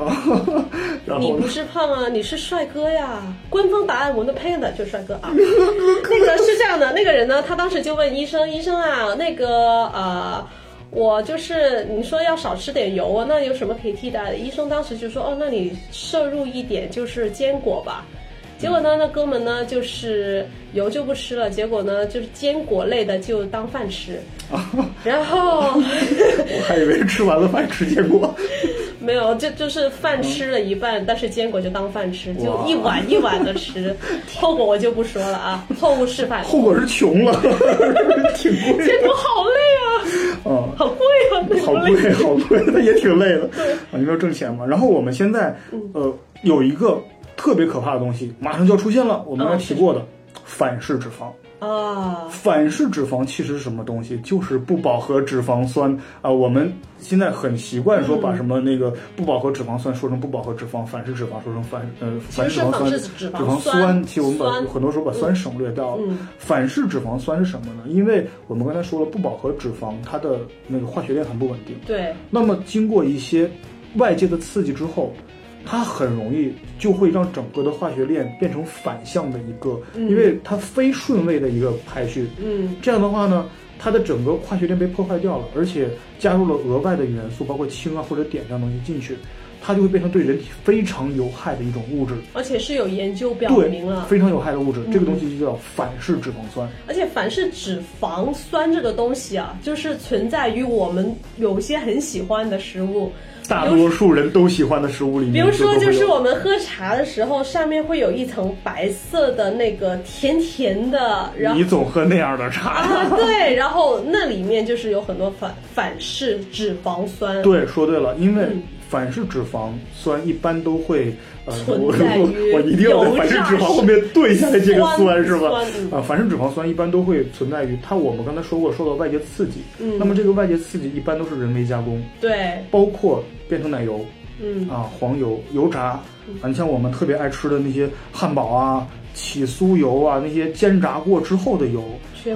S1: 啊， (laughs) 然
S2: 你
S1: 后
S2: 不
S1: 呢？
S2: 是胖啊，你是帅哥呀！官方答案我们的 Panda 就是帅哥啊。 (laughs) 那个是这样的，那个人呢，他当时就问医生，医生啊，那个呃，我就是你说要少吃点油啊，那有什么可以替代的？医生当时就说，哦，那你摄入一点就是坚果吧。结果呢，那哥们呢就是油就不吃了，结果呢就是坚果类的就当
S1: (laughs)
S2: 饭吃，然后
S1: 我还以为吃完了饭吃坚果。
S2: 没有就就是饭吃了一半，但是坚果就当饭吃，就一碗一碗的
S1: (laughs)
S2: 吃，后果我就不说了啊，错误示范。
S1: 后果是穷了， (laughs) 挺贵
S2: 坚果好
S1: (laughs)
S2: 累啊，
S1: 嗯，
S2: 好贵啊，那
S1: 好
S2: 种 (laughs) 累。
S1: 贵，好贵，那也挺累的。啊，你没有挣钱嘛？然后我们现在
S2: 嗯
S1: 呃有一个特别可怕的东西，马上就要出现了，我
S2: 嗯
S1: 们刚才提过的反式脂肪。
S2: 啊，
S1: 反式脂肪其实是什么东西？就是不饱和脂肪酸啊、我们现在很习惯说
S2: 嗯
S1: 把什么那个不饱和脂肪酸说成不饱和脂肪，反式脂肪说成反呃
S2: 其
S1: 反
S2: 实
S1: 式
S2: 是
S1: 脂肪酸，
S2: 反式脂肪
S1: 酸。
S2: 酸
S1: 其实我们把
S2: 酸嗯
S1: 很多时候把酸省略掉了。反式脂肪酸是什么呢？因为我们刚才说了，不饱和脂肪它的那个化学链很不稳定，
S2: 对，
S1: 那么经过一些外界的刺激之后，它很容易就会让整个的化学链变成反向的一个，因为它非顺位的一个排序。
S2: 嗯，
S1: 这样的话呢，它的整个化学链被破坏掉了，而且加入了额外的元素，包括氢啊或者碘这样的东西进去，它就会变成对人体非常有害的一种物质。
S2: 而且是有研究表
S1: 对
S2: 明，了，嗯
S1: 非常有害的物质，这个东西就叫反式脂肪酸。
S2: 而且凡是脂肪酸这个东西啊，就是存在于我们有些很喜欢的食物，
S1: 大多数人都喜欢的食物里面，
S2: 比如说
S1: 嗯都会
S2: 就
S1: 有
S2: 是我们喝茶的时候，上面会有一层白色的那个甜甜的，然后
S1: 你。总喝那样的茶。
S2: 啊， (laughs) 对，然后那里面就是有很多反反式脂肪酸，
S1: 对，说对了，因为反式脂肪酸一般都会，呃，
S2: 存
S1: 我
S2: 在
S1: 我
S2: 于
S1: 我一定要在反式脂肪后面对一下这个酸
S2: 酸
S1: 是吧？
S2: 嗯
S1: 啊，反式脂肪酸一般都会存在于它，我们刚才说过，受到外界刺激，
S2: 嗯
S1: 那么这个外界刺激一般都是人为加工，
S2: 对，
S1: 包括变成奶油，
S2: 嗯
S1: 啊，黄油、油炸啊，你像我们特别爱吃的那些汉堡啊、起酥油啊，那些煎炸过之后的油，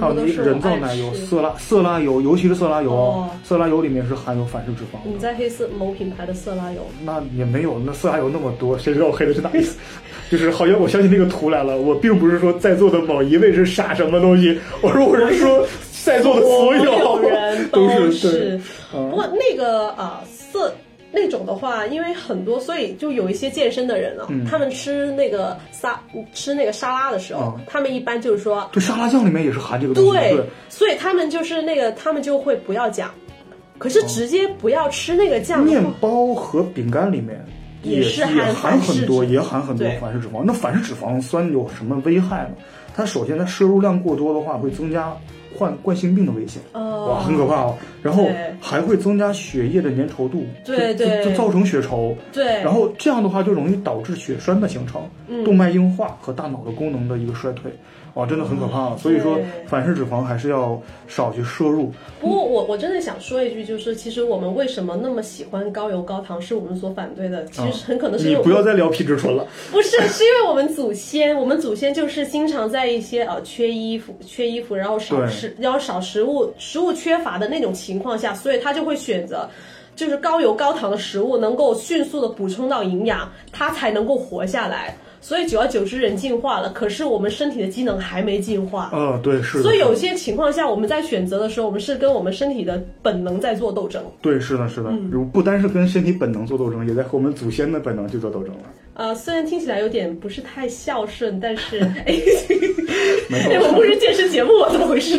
S1: 还
S2: 全部
S1: 有那
S2: 都
S1: 些
S2: 是
S1: 人造
S2: 我爱
S1: 奶油、
S2: 吃
S1: 色拉色拉油，尤其是色拉油啊
S2: 哦，
S1: 色拉油里面是含有反式脂肪的。
S2: 你在黑色某品牌的色拉油，
S1: 那也没有，那色拉油那么多，谁知道我黑的是哪一？ (laughs) 就是好像我相信那个图来了，我并不是说在座的某一位是傻什么东西， (laughs) 我说我是说在座的所
S2: 有人
S1: (laughs) 都
S2: 是。
S1: 对，嗯
S2: 不过那个啊、色那种的话，因为很多，所以就有一些健身的人啊，
S1: 嗯
S2: 他们吃那个沙吃那个沙拉的时候，
S1: 嗯
S2: 他们一般就是说
S1: 对沙拉酱里面也是含这个东西，
S2: 对
S1: 对，
S2: 所以他们就是那个他们就会不要酱，可是直接不要吃那个酱
S1: 哦
S2: 的
S1: 面
S2: 话，
S1: 包和饼干里面
S2: 也是
S1: 也
S2: 含
S1: 含
S2: 反式
S1: 很多，
S2: 脂肪
S1: 也含很多
S2: 对
S1: 反式脂肪。那反式脂肪酸有什么危害呢？它首先，它摄入量过多的话，会增加患冠心病的危险，
S2: 哦
S1: 哇，很可怕哦。然后
S2: 对
S1: 还会增加血液的粘稠度，
S2: 对
S1: 就
S2: 对
S1: 就就造成血稠。
S2: 对，嗯
S1: 然后这样的话，就容易导致血栓的形成、动脉硬化和大脑的功能的一个衰退。哇，真的很可怕啊！所以说
S2: 哦对，
S1: 反式脂肪还是要少去摄入。
S2: 不过我我真的想说一句，就是其实我们为什么那么喜欢高油高糖，是我们所反对的。其实很可能是
S1: 哦你
S2: 因为我
S1: 不
S2: 们、
S1: 要再聊皮质醇了。
S2: 不是，是因为我们祖先，我们祖先就是经常在一些呃缺衣服、缺衣服，然后少
S1: 对
S2: 食，然后少食物、食物缺乏的那种情况下，所以他就会选择。就是高油高糖的食物能够迅速的补充到营养，他才能够活下来。所以久而久之，人进化了，可是我们身体的机能还没进化。
S1: 呃，对，是的。
S2: 所以
S1: 是的
S2: 有些情况下，我们在选择的时候，我们是跟我们身体的本能在做斗争。
S1: 对，是的，是的，
S2: 嗯
S1: 如不单是跟身体本能做斗争，也在和我们祖先的本能去做斗争了。
S2: 呃，虽然听起来有点不是太孝顺，
S1: (laughs)
S2: 但是哎，
S1: 没
S2: (laughs) 哎，我不是健身节目，我怎么
S1: (laughs)
S2: 回事？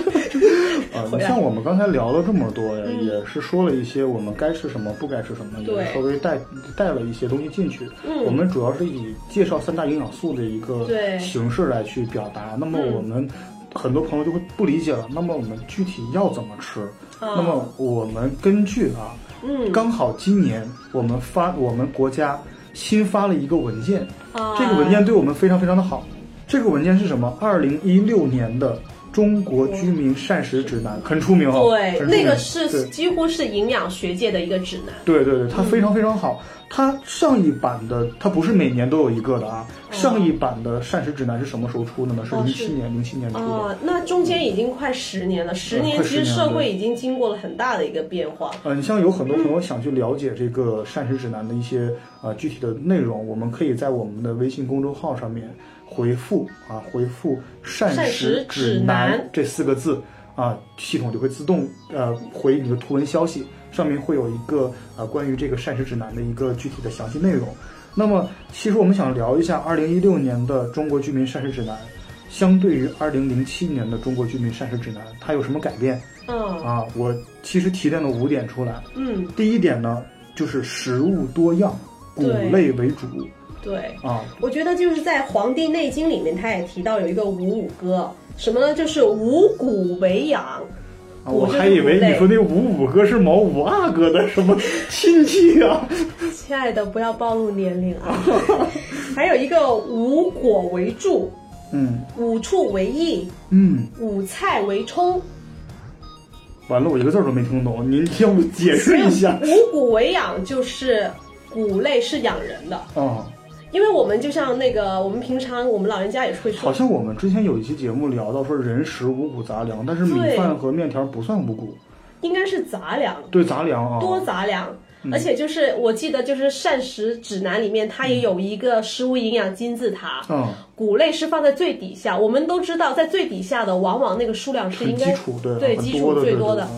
S1: 啊、
S2: 回来嗯
S1: 像我们刚才聊了这么多呀，也是说了一些我们该吃什么、不该吃什么，也
S2: 对嗯
S1: 是稍微带带了一些东西进去。我们主要是以介绍三大营养素的一个
S2: 对嗯
S1: 形式来去表达。那么我们很多朋友就会不理解了，那么我们具体要怎么吃？那么我们根据啊，
S2: 嗯
S1: 刚好今年我们发我们国家新发了一个文件，
S2: 啊
S1: 这个文件对我们非常非常的好。这个文件是什么？二零一六年的中国居民膳食指南，很出名啊、哦。
S2: 对，那个是嗯
S1: 对
S2: 几乎是营养学界的一个指南。
S1: 对对对，它非常非常好。它上一版的，它不是每年都有一个的啊。上一版的膳食指南是什么时候出的呢？嗯是
S2: 哦
S1: 零七
S2: 是
S1: 年，零七年出的。嗯
S2: 啊，那中间已经快十年了，十
S1: 快
S2: 年
S1: 十
S2: 其实
S1: 年
S2: 社
S1: 了
S2: 会已经经过了很大的一个变化。
S1: 呃，你像有很多朋友想去了解这个膳食指南的一些呃具体的内容，我们可以在我们的微信公众号上面回复啊，回复“膳
S2: 膳食
S1: 指
S2: 指南
S1: 这四个字。啊，系统就会自动呃回你的图文消息，上面会有一个呃关于这个膳食指南的一个具体的详细内容。那么，其实我们想聊一下二零一六年的中国居民膳食指南，相对于二零零七年的中国居民膳食指南，它有什么改变
S2: 嗯
S1: 啊？我其实提炼了五点出来。
S2: 嗯，
S1: 第一点呢，就是食物多样，谷
S2: 对
S1: 类为主
S2: 对，
S1: 啊。
S2: 我觉得就是在《黄帝内经》里面，他也提到有一个五五歌，什么呢？就是五谷为养。
S1: 啊，
S2: 谷
S1: 我
S2: 就是
S1: 还以为
S2: 谷类
S1: 你说那五五哥是毛五阿哥的什么亲戚啊？ (laughs)
S2: 亲爱的，不要暴露年龄啊！ (laughs) 还有一个五果为助，
S1: 嗯
S2: 五畜为益，
S1: 嗯，
S2: 五菜为充。
S1: 完了，我一个字儿都没听懂，您要不解释一
S2: (laughs)
S1: 下？
S2: 五谷为养就是谷类是养人的，
S1: 啊，
S2: 因为我们就像那个我们平常我们老人家也会
S1: 好
S2: 说，
S1: 像我们之前有一期节目聊到说人食五谷杂粮，但是米
S2: 对
S1: 饭和面条不算五谷，
S2: 应该是杂粮，
S1: 对杂粮啊，
S2: 多杂粮。而且就是我记得就是膳食指南里面它也有一个食物营养金字塔，
S1: 嗯，
S2: 谷类是放在最底下，我们都知道，在最底下的往往那个数量是应该
S1: 很基础对很
S2: 基
S1: 多
S2: 础
S1: 的
S2: 最
S1: 对对
S2: 多的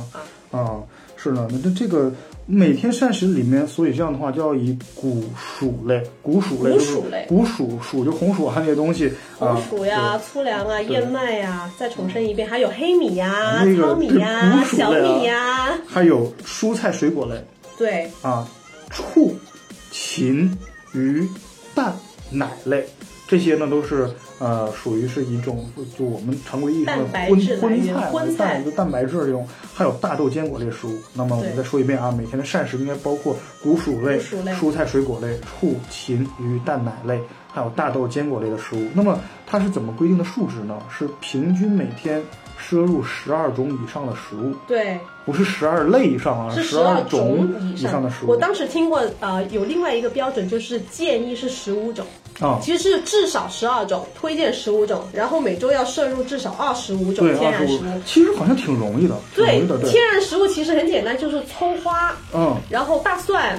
S1: 对
S2: 啊。
S1: 啊，是的，那这这个每天膳食里面，所以这样的话就要以谷薯类、谷薯类、
S2: 谷
S1: 就是
S2: 薯类
S1: 谷薯薯就红薯啊那些东西，啊
S2: 红薯呀、粗粮啊、
S1: 对啊
S2: 燕麦呀，再重申一遍，还有黑米呀、
S1: 那个
S2: 糙米呀
S1: 谷、薯类
S2: 小
S1: 啊
S2: 米呀，
S1: 对还有蔬菜水果类
S2: 对，
S1: 啊，畜、禽、鱼、蛋、奶类。这些呢都是呃属于是一种就我们常规意义上的
S2: 蛋白
S1: 荤
S2: 质来
S1: 荤
S2: 源
S1: 菜
S2: 荤菜
S1: 蛋就蛋白质这种，还有大豆坚果类食物。那么我们
S2: 对
S1: 再说一遍啊，每天的膳食应该包括谷薯类、
S2: 谷薯类
S1: 蔬菜水果类、畜、禽、鱼、蛋、奶类，还有大豆坚果类的食物。那么它是怎么规定的数值呢？是平均每天摄入十二种以上的食物，
S2: 对，
S1: 不是十二类以上啊，
S2: 是
S1: 十
S2: 二
S1: 种
S2: 以
S1: 以上的食物。
S2: 我当时听过，呃，有另外一个标准，就是建议是十五种，
S1: 啊，
S2: 其实是至少十二种，推荐十五种，然后每周要摄入至少二十五种
S1: 对，
S2: 天
S1: 二
S2: 然
S1: 十
S2: 食
S1: 五
S2: 物。，
S1: 其实好像挺容易的，挺容
S2: 对
S1: 易的，，对
S2: 天，然食物其实很简单，就是葱花，
S1: 嗯。
S2: 然后大
S1: (laughs)
S2: 蒜、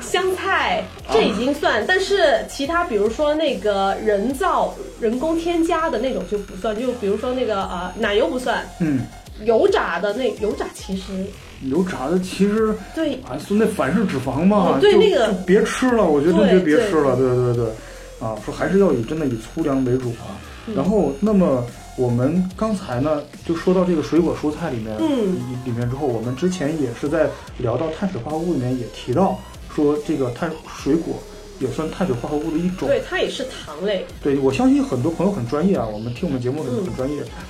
S2: 香菜，
S1: 啊
S2: 这已经算，但是其他比如说那个人造、人工添加的那种就不算，就比如说那个呃奶油不算，
S1: 嗯，
S2: 油炸的那油炸其实
S1: 油炸的其实
S2: 对
S1: 啊，说那反式脂肪嘛，
S2: 哦对
S1: 就
S2: 那个
S1: 就别吃了，我觉得
S2: 对
S1: 真觉得别
S2: 对
S1: 吃了，对对对对，啊，说还是要以真的以粗粮为主啊。
S2: 嗯
S1: 然后，那么我们刚才呢，就说到这个水果蔬菜里面，
S2: 嗯
S1: 里，里面之后，我们之前也是在聊到碳水化合物里面也提到说，这个碳水果也算碳水化合物的一种，
S2: 对它也是糖类，
S1: 对，我相信很多朋友很专业啊，我们听我们节目的很专业。
S2: 嗯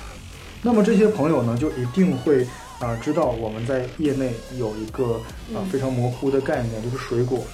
S1: 那么这些朋友呢，就一定会啊、知道我们在业内有一个啊、非常模糊的概念，就是水果。
S2: 嗯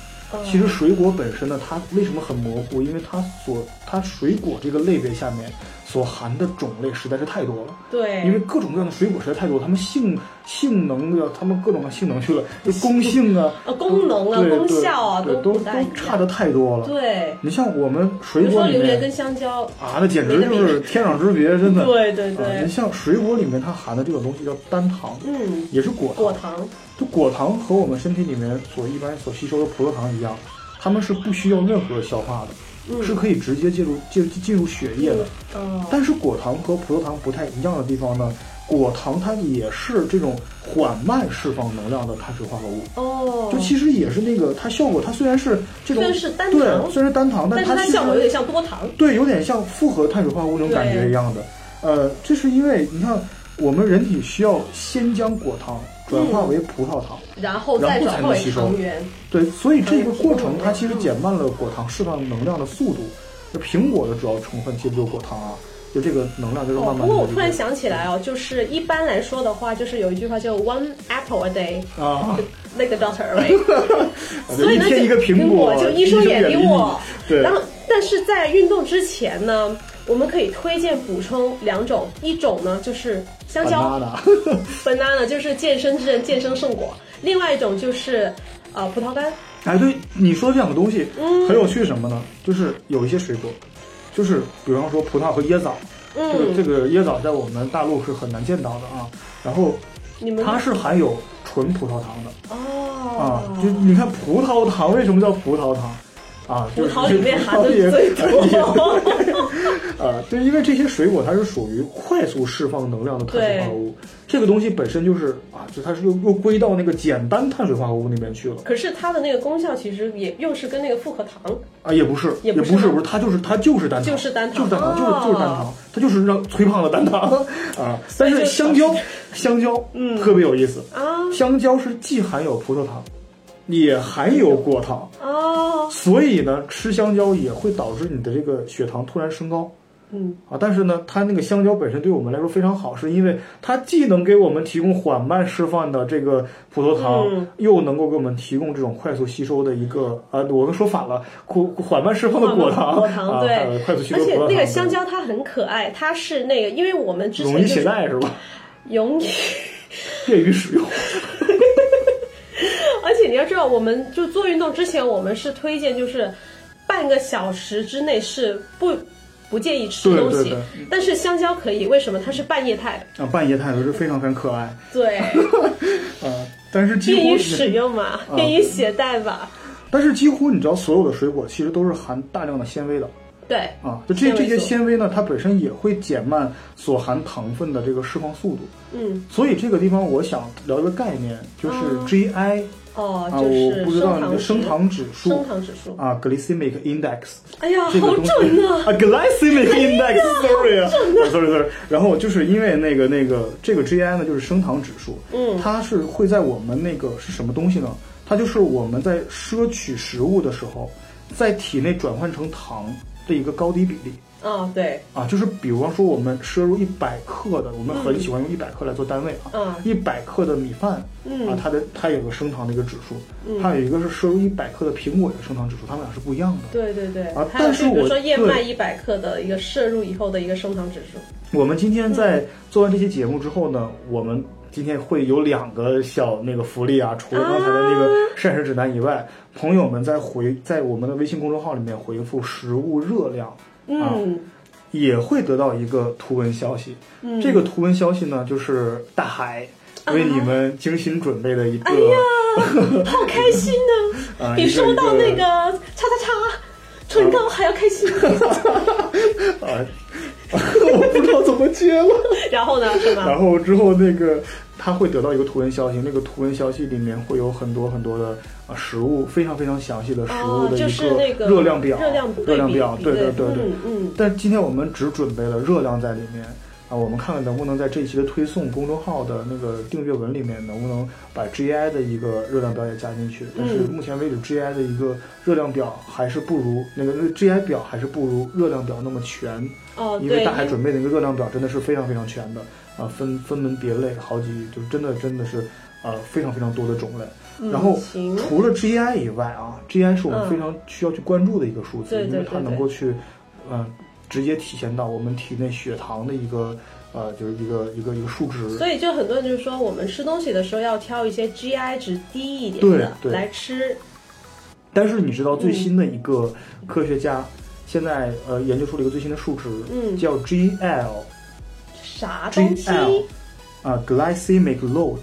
S1: 其实水果本身呢，它为什么很模糊？因为它所它水果这个类别下面所含的种类实在是太多了。
S2: 对，
S1: 因为各种各样的水果实在太多，它们性性能的，它们各种各样性能去了， (laughs) 就功性啊、
S2: 呃嗯 (laughs) 功能啊、
S1: 对
S2: 功效啊
S1: 对
S2: 都
S1: 都
S2: 不
S1: 都
S2: 太一样
S1: 差的太多了。
S2: 对，
S1: 你像我们
S2: 比
S1: 水
S2: 如
S1: 果
S2: 说
S1: 里
S2: 榴
S1: 面
S2: 莲跟香蕉，
S1: 啊，那简直就是天壤之别，真的。
S2: 对对
S1: 啊，
S2: 对
S1: 你，像水果里面它含的这种东西叫单糖，
S2: 嗯，
S1: 也是果糖。
S2: 果糖，
S1: 就果糖和我们身体里面所一般所吸收的葡萄糖一样，它们是不需要任何消化的，
S2: 嗯
S1: 是可以直接进入进进入血液的。
S2: 嗯，
S1: 但是果糖和葡萄糖不太一样的地方呢，果糖它也是这种缓慢释放能量的碳水化合物。
S2: 哦，
S1: 就其实也是那个，它效果，它虽然是这种
S2: 虽然是单
S1: 对，
S2: 糖
S1: 虽然是单糖，
S2: 但是
S1: 它
S2: 它
S1: 其实
S2: 效果有点像多糖，
S1: 对，有点像复合碳水化合物那种感觉一样的。呃，这是因为你看，我们人体需要先将果糖转化为葡萄糖，
S2: 然后再
S1: 然后才
S2: 转
S1: 能
S2: 化为
S1: 吸收
S2: 糖原，
S1: 对，所以这个过程
S2: 嗯
S1: 它其实减慢了果糖释放能量的速度。那苹果的主要成分其实就是果糖啊，就这个能量就是
S2: 哦
S1: 慢，慢
S2: 不
S1: 地
S2: 过
S1: 就
S2: 我
S1: 是。
S2: 突然想起来哦，就是一般来说的话，就是有一句话叫 one apple a day， (laughs)
S1: 啊，
S2: 那个 doctor right，所以
S1: 一
S2: 呢
S1: 天一个
S2: 就
S1: 苹
S2: 果，就
S1: 医
S2: 医
S1: 生
S2: 生远
S1: 离
S2: 离我。
S1: 你对
S2: 然后，但是在运动之前呢，我们可以推荐补充两种，一种呢就是香蕉
S1: banana
S2: ，banana 就是健身之人健身圣果，另外一种就是呃葡萄干，
S1: (laughs) 哎，对，你说这两个东西
S2: 嗯
S1: 很有趣，什么呢？就是有一些水果，就是比方说葡萄和椰枣，这个这
S2: 嗯，
S1: 个椰枣在我们大陆是很难见到的啊。然后
S2: 你们
S1: 它是含有纯葡萄糖的啊，就
S2: 哦，
S1: 你看葡萄糖为什么叫葡萄糖？啊，
S2: 葡
S1: 就是
S2: 萄
S1: (laughs)
S2: 里面含的
S1: 也
S2: 最多。
S1: 啊，对，因为这些水果它是属于快速释放能量的碳水化合物，这个东西本身就是啊，就它是又又归到那个简单碳水化合物那边去了
S2: 可是它的那个功效其实也又是跟那个复合糖，
S1: 啊，也不是，
S2: 也
S1: 也
S2: 不
S1: 不
S2: 是
S1: 是，不是，它就是它就是单糖，
S2: 就是单
S1: 就是
S2: 糖
S1: 单糖，就是
S2: 哦
S1: 就是单糖，它就是让催胖的单糖 (laughs) 啊。
S2: 所
S1: 但
S2: 以就是
S1: 香蕉，香蕉，嗯，特别有意思
S2: 啊，
S1: 香蕉是既含有葡萄糖，也含有果糖，
S2: 哦，
S1: 所以呢，吃香蕉也会导致你的这个血糖突然升高。
S2: 嗯，
S1: 啊，但是呢，它那个香蕉本身对我们来说非常好，是因为它既能给我们提供缓慢释放的这个葡萄糖，
S2: 嗯
S1: 又能够给我们提供这种快速吸收的一个啊，我都说反了，苦缓慢释放的果糖，
S2: 果糖对
S1: 啊，快速吸收
S2: 而
S1: 的葡
S2: 且
S1: 萄糖，啊
S2: 那个香蕉它很可爱，它是那个，因为我们之
S1: 容
S2: 前
S1: 易
S2: 就
S1: 携
S2: 是
S1: 带是吧？ (laughs)
S2: 容易，
S1: 便于使用，
S2: (laughs) 而且你要知道，我们就做运动之前，我们是推荐就是半个小时之内是不不建议吃
S1: 对
S2: 东
S1: 对
S2: 西
S1: 对，
S2: 但是香蕉可以，为什么？它是半液态，
S1: 啊，半液态都是非常非常可爱啊、
S2: 对，
S1: 但是 (laughs) 啊几
S2: 便
S1: 乎
S2: 于使用嘛，便于携带嘛，
S1: 但是几乎你知道，所有的水果其实都是含大量的纤维的。
S2: 对，
S1: 啊，就这这
S2: 纤维
S1: 些
S2: 素
S1: 纤维呢，它本身也会减慢所含糖分的这个释放速度。
S2: 嗯，
S1: 所以这个地方我想聊一个概念，就是
S2: 哦
S1: GI、
S2: 哦，
S1: 啊，
S2: 就是
S1: 我不知道你的
S2: 升
S1: 升
S2: 糖
S1: 糖指
S2: 指
S1: 数
S2: 升糖指数，
S1: 啊，glycemic index
S2: 哎呀，
S1: 这个
S2: 好
S1: 东西
S2: 准啊！
S1: 啊，glycemic index，sorry 啊，sorry sorry。然后就是因为那个那个这个 GI 呢，就是升糖指数，
S2: 嗯
S1: 它是会在我们那个是什么东西呢？它就是我们在摄取食物的时候，在体内转换成糖的一个高低比例。
S2: 哦，对，
S1: 啊，就是比方说我们摄入一百克的，我们很喜欢用一百克来做单位
S2: 嗯
S1: 啊，一百、克的米饭，
S2: 嗯
S1: 啊，它的它有个升糖的一个指数，还有一个是摄入一百克的苹果的升糖指数，它们俩是不一样的。
S2: 对对对，
S1: 啊
S2: 还有
S1: 但
S2: 就是比如
S1: 我
S2: 说燕麦
S1: 对
S2: 一百克的一个摄入以后的一个升糖指数，
S1: 我们今天
S2: 嗯
S1: 在做完这期节目之后呢，我们今天会有两个小那个福利啊，除了刚才的那个膳食指南以外，朋友们在回在我们的微信公众号里面回复食物热量，啊，
S2: 嗯
S1: (laughs) 也会得到一个图文消息。
S2: 嗯，啊
S1: 这个图文消息呢，就是大海为你们精心准备的一个
S2: 哎呀，好开心呢、
S1: 啊
S2: 比
S1: 一个
S2: 收到
S1: 一个
S2: 那个叉叉叉唇膏还要开
S1: (laughs)
S2: 心。
S1: (laughs) 啊， (laughs) 我不知道怎么接了。
S2: 然后呢，是吗
S1: 然？后之后那个他会得到一个图文消息，那个图文消息里面会有很多很多的啊食物，非常非常详细的食物
S2: 哦，
S1: 的
S2: 就
S1: 一
S2: 是那个
S1: 热量表，
S2: 热量
S1: 热量表，
S2: 对
S1: 对
S2: 比比
S1: 对对。
S2: 嗯嗯，
S1: 但今天我们只准备了热量在里面啊，我们看看能不能在这一期的推送公众号的那个订阅文里面，能不能把 GI 的一个热量表也加进去。但是目前为止，GI 的一个热量表还是不如那个那个 GI 表还是不如热量表那么全，
S2: 哦
S1: 因
S2: 对
S1: 为大，海准备的那个热量表真的是非常非常全的啊，分分门别类，好几就是真的真的是啊非常非常多的种类。
S2: 嗯
S1: 然后
S2: 行
S1: 除了 GI 以外啊，GI 是我
S2: 嗯
S1: 们非常需要去关注的一个数字，
S2: 对
S1: 因
S2: 对
S1: 为它
S2: 对
S1: 能
S2: 对
S1: 够去，嗯、直接体现到我们体内血糖的一个呃，就是一个一个一个数值。
S2: 所以就很多人就是说，我们吃东西的时候要挑一些 GI 值低一点的
S1: 对对
S2: 来吃。
S1: 但是你知道
S2: 嗯
S1: 最新的一个科学家、现在呃研究出了一个最新的数值，
S2: 嗯
S1: 叫 GL
S2: 啥东西？
S1: GL 啊、glycemic load，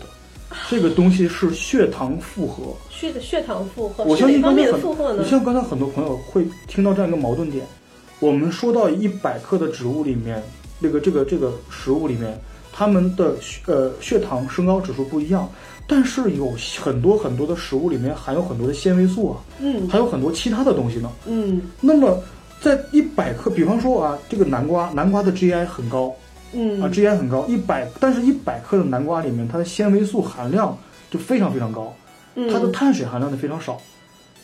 S1: 这个东西是血糖负荷。
S2: 血的哦血糖负荷，
S1: 我
S2: 是
S1: 相
S2: 哪
S1: 信
S2: 方
S1: 刚才
S2: 面的
S1: 很
S2: 负荷，呢
S1: 你？像刚才很多朋友会听到这样一个矛盾点：我们说到一百克的植物里面，那个这个这个食物里面，它们的血呃血糖升高指数不一样，但是有很多很多的食物里面含有很多的纤维素啊，
S2: 嗯
S1: 还有很多其他的东西呢。
S2: 嗯
S1: 那么在一百克，比方说啊，这个南瓜，南瓜的 GI 很高啊
S2: 嗯，
S1: ，GI 很高，一百，但是一百克的南瓜里面，它的纤维素含量就非常非常高。
S2: 嗯
S1: 它的碳水含量呢非常少。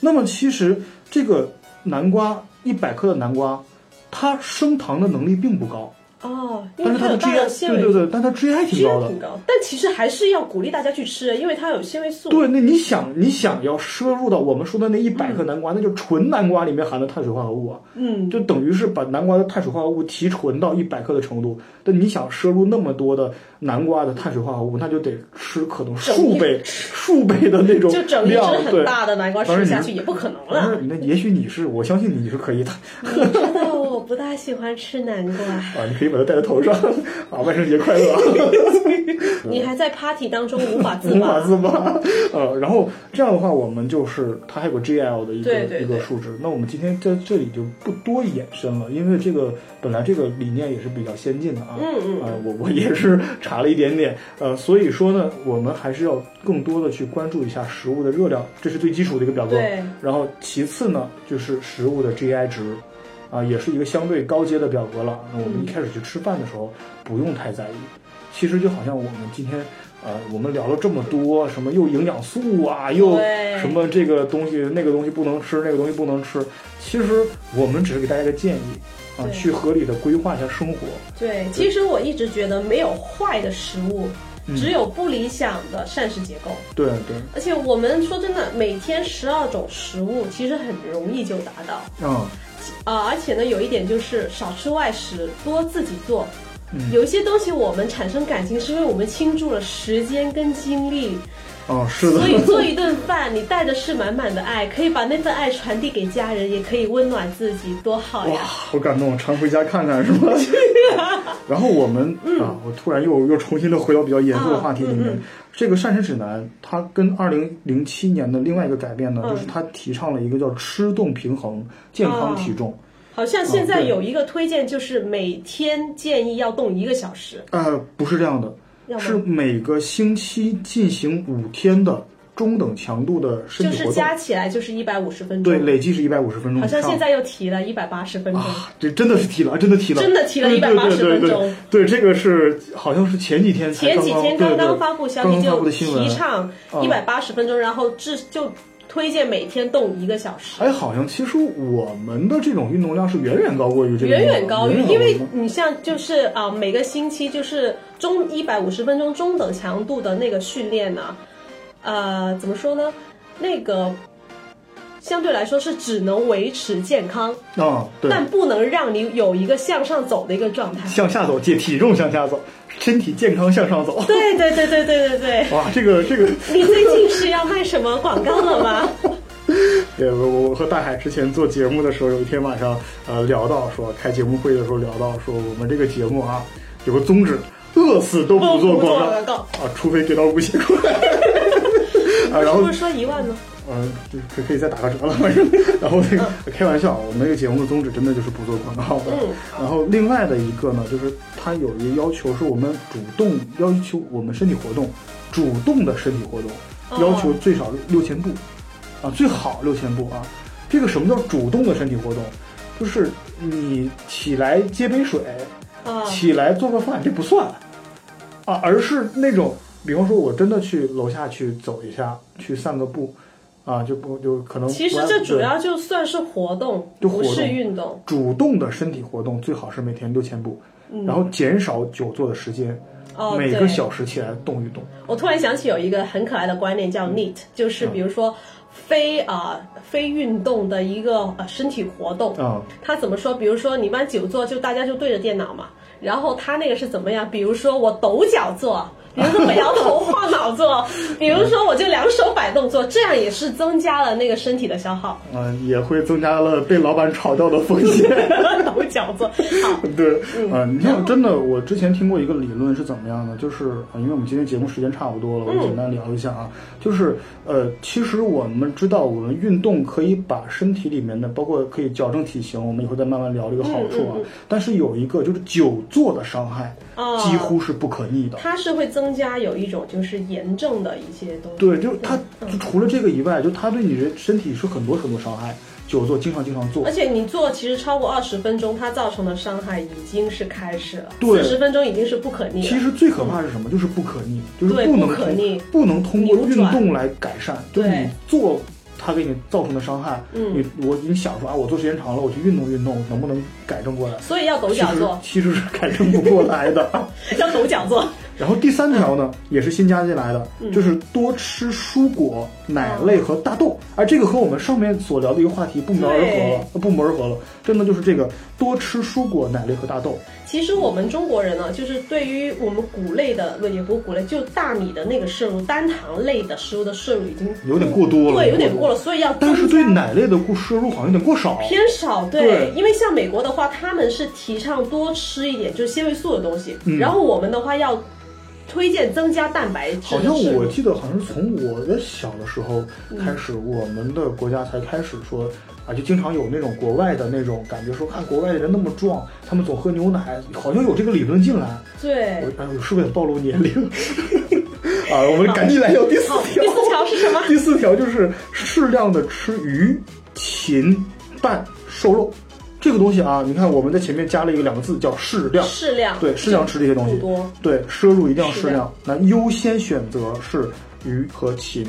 S1: 那么其实这个南瓜一百克的南瓜，它升糖的能力并不高，
S2: 哦，因
S1: 但
S2: 为
S1: 是它
S2: 有
S1: 的
S2: 大量
S1: GI
S2: 纤
S1: 对对
S2: 维
S1: 对，但它 GI 挺高
S2: GI
S1: 的
S2: 挺。高，但其实还是要鼓励大家去吃，因为它有纤维素。
S1: 对，那你想，你想要摄入到我们说的那一百克南瓜，那就纯南瓜里面含的碳水化合物啊，
S2: 嗯，
S1: 就等于是把南瓜的碳水化合物提纯到一百克的程度。但你想摄入那么多的南瓜的碳水化合物，那就得吃可能
S2: 整
S1: 数
S2: 一
S1: 倍、数倍的那种
S2: 就整一只
S1: 量，
S2: 很
S1: 对
S2: 大的南瓜
S1: 当
S2: 吃
S1: 然
S2: 下
S1: 你 (laughs)
S2: 去也不可能
S1: 但
S2: 了。
S1: 是那也许你是，我相信你是可以的。
S2: 哦你知道我不大喜欢吃南瓜。
S1: 啊，你可以把它戴在头上啊，万圣节快乐啊！
S2: 你还在 party 当中无法自
S1: 无法
S2: 拔。
S1: 自拔。 (laughs) 呃，然后这样的话，我们就是它还有个 GL 的一个
S2: 对对
S1: 一个
S2: 对
S1: 数值。那我们今天在这里就不多延伸了，因为这个本来这个理念也是比较先进的啊。
S2: 嗯嗯
S1: 啊、我我也是 (laughs) 查了一点点，呃，所以说呢，我们还是要更多的去关注一下食物的热量，这是最基础的一个表格。
S2: 对，
S1: 然后其次呢，就是食物的 GI 值，啊，也是一个相对高阶的表格了。那我
S2: 嗯
S1: 们一开始去吃饭的时候，不用太在意。其实就好像我们今天，呃，我们聊了这么多，什么又营养素啊，又
S2: 对
S1: 什么这个东西那个东西不能吃，那个东西不能吃。其实我们只是给大家一个建议，啊，
S2: 对
S1: 去合理的规划一下生活。
S2: 对，其实我一直觉得没有坏的食物，
S1: 嗯
S2: 只有不理想的膳食结构。
S1: 对对，
S2: 而且我们说真的，每天十二种食物其实很容易就达到
S1: 嗯
S2: 啊、而且呢，有一点就是少吃外食，多自己做。
S1: 嗯
S2: 有一些东西我们产生感情，是因为我们倾注了时间跟精力，
S1: 啊，是的
S2: 所。以做一顿饭，你带着是满满的爱，可以把那份爱传递给家人，也可以温暖自己，多好
S1: 哇，
S2: 哎呀！
S1: 好感动！常回家看看是
S2: (laughs)
S1: 吧？然后我们、
S2: 嗯
S1: 啊，我突然又又重新的回到比较严肃
S2: 啊
S1: 的话题里面。这个膳食指南，它跟二零零七年的另外一个改变呢，
S2: 嗯
S1: 就是它提倡了一个叫吃动平衡、健康体重。
S2: 好像现
S1: 啊
S2: 在
S1: 对
S2: 有一个推荐，就是每天建议要动一个小时，
S1: 呃，不是这样的，
S2: 啊要吗
S1: 是每个星期进行五天的中等强度的身
S2: 就
S1: 体
S2: 是
S1: 活动，
S2: 加起来就是一百五十分钟。
S1: 对，累计是一百五十分钟
S2: 好
S1: 以上。
S2: 像现在又提了一百八十分钟。
S1: 啊，这真的是提了，真的提了，
S2: 真的提了
S1: 对
S2: 180
S1: 对对对
S2: 分钟
S1: 对，这个是好像是前几天才
S2: 前几天
S1: 刚
S2: 刚
S1: 对对
S2: 刚发布消
S1: 刚刚
S2: 息
S1: 发布
S2: 就
S1: 的新闻
S2: 提。倡
S1: 嗯
S2: 一百八十分钟，然后至就推荐每天动一个小时，
S1: 哎，好像其实我们的这种运动量是远远高过于这个
S2: 远
S1: 运动
S2: 远高于
S1: 量，
S2: 因为
S1: 远远
S2: 你像就是啊、每个星期就是中一百五十分钟中等强度的那个训练呢、呃，怎么说呢？那个相对来说是只能维持健康，
S1: 高啊，对，
S2: 但不能让你有一个向上走的一个状
S1: (laughs)
S2: 态。
S1: 向下走，借体重向下走，身体健康向上走。
S2: 对对对对对对对，
S1: 哇，这个这个，
S2: 你最近是要卖什么广告了吗？
S1: (laughs) 对我我和大海之前做节目的时候，有一天晚上呃聊到说，开节目会的时候聊到说，我们这个节目啊有个宗旨，饿死都不做
S2: 不
S1: 广
S2: 做
S1: 告
S2: 广告
S1: 啊，除非给到五千块。 (laughs) 啊， (laughs) 然后
S2: 不是说一万吗？
S1: 嗯，对，可可以再打个折了， (laughs) 反正。然后那个开玩笑，我们那个节目的宗旨真的就是不做广告的。
S2: 嗯
S1: 然后另外的一个呢，就是它有一个要求，是我们主动要求我们身体活动，主动的身体活动，
S2: 哦
S1: 要求最少六千步，啊，最好六千步啊。这个什么叫主动的身体活动？就是你起来接杯水，
S2: 啊，
S1: 起来做个饭，这不算啊，而是那种，比方说我真的去楼下去走一下，去散个步，啊，就不就可能
S2: 其实
S1: 不按
S2: 这主
S1: 对
S2: 要就算是活动，
S1: 就活
S2: 不
S1: 动
S2: 是运动。
S1: 主动的身体活动最好是每天六千步，然后减少久坐的时间，
S2: 嗯哦，
S1: 每个
S2: 对
S1: 小时起来动一动。
S2: 我突然想起有一个很可爱的观念
S1: 嗯
S2: 叫 NEAT，就是比如说非啊、非运动的一个呃身体活动。
S1: 啊、
S2: 他怎么说？比如说你一般久坐，就大家就对着电脑嘛。然后他那个是怎么样？比如说我抖脚坐，比如说我摇头晃脑坐，比如说我就两手摆动坐，这样也是增加了那个身体的消耗。 (laughs)
S1: 嗯、也会增加了被老板炒掉的风险。
S2: 抖脚坐，好，
S1: (laughs) 对，啊，你看，真的，我之前听过一个理论是怎么样的，就是啊，因为我们今天节目时间差不多了，我简单聊一下啊，就是呃，其实我们知道，我们运动可以把身体里面的，包括可以矫正体型，我们以后再慢慢聊这个好处啊。但是有一个就是久坐的伤害，
S2: 哦
S1: 几乎是不可逆的。
S2: 它是会增加有一种就是炎症的一些东西。
S1: 对，就是它，就除了这个以外，就它对你人身体是很多很多伤害。久坐，经常经常坐
S2: 而，且你做其实超过二十分钟，它造成的伤害已经是开始了，
S1: 对
S2: 四十分钟已经是不可逆了。
S1: 其实最可怕是什么？就是不可逆，就是
S2: 对
S1: 不能
S2: 不可
S1: 通
S2: 逆
S1: 不能通过
S2: 扭
S1: 运
S2: 转
S1: 动来改善，就是
S2: 对
S1: 你做它给你造成的伤害，
S2: 嗯
S1: 你我你想说啊，我做时间长了，我去运动运动，能不能改正过来？
S2: 所以要抖脚坐，
S1: 其实其实是改正不过来
S2: (laughs)
S1: 的。
S2: 要抖脚坐。
S1: 然后第三条呢，也是新加进来的，
S2: 嗯
S1: 就是多吃蔬果、奶类和大豆。哎，这个和我们上面所聊的一个话题不谋而合了，不谋而合了。真的就是这个多吃蔬果、奶类和大豆。
S2: 其实我们中国人呢，就是对于我们谷类的，不也不是谷类，就大米的那个摄入，单糖类的食物的摄入已经
S1: 有点过多了
S2: 对，有点过了，所以要
S1: 但是
S2: 增
S1: 对
S2: 加
S1: 奶类的过摄入好像有点过少。
S2: 偏少，对，
S1: 对
S2: 因为像美国的话，他们是提倡多吃一点就是纤维素的东西，
S1: 嗯
S2: 然后我们的话要推荐增加蛋白质
S1: 好
S2: 的
S1: 像
S2: 摄入。
S1: 我记得，好像是从我的小的时候开始，我们的国家才开始说啊，就经常有那种国外的那种感觉，说看国外的人那么壮，他们总喝牛奶，好像有这个理论进来。
S2: 对
S1: 我，哎，我是不是也暴露年龄？ (laughs) 啊，我们赶紧来聊第四
S2: 好，第
S1: 条。
S2: 四条是什么？
S1: 第四条就是适量的吃鱼、禽、蛋、瘦肉，这个东西啊，你看我们在前面加了一个两个字叫适量，
S2: 适量，
S1: 对，适量吃这些东西
S2: 不多，
S1: 对，摄入一定要适
S2: 适
S1: 量
S2: 量。
S1: 那优先选择是鱼和禽，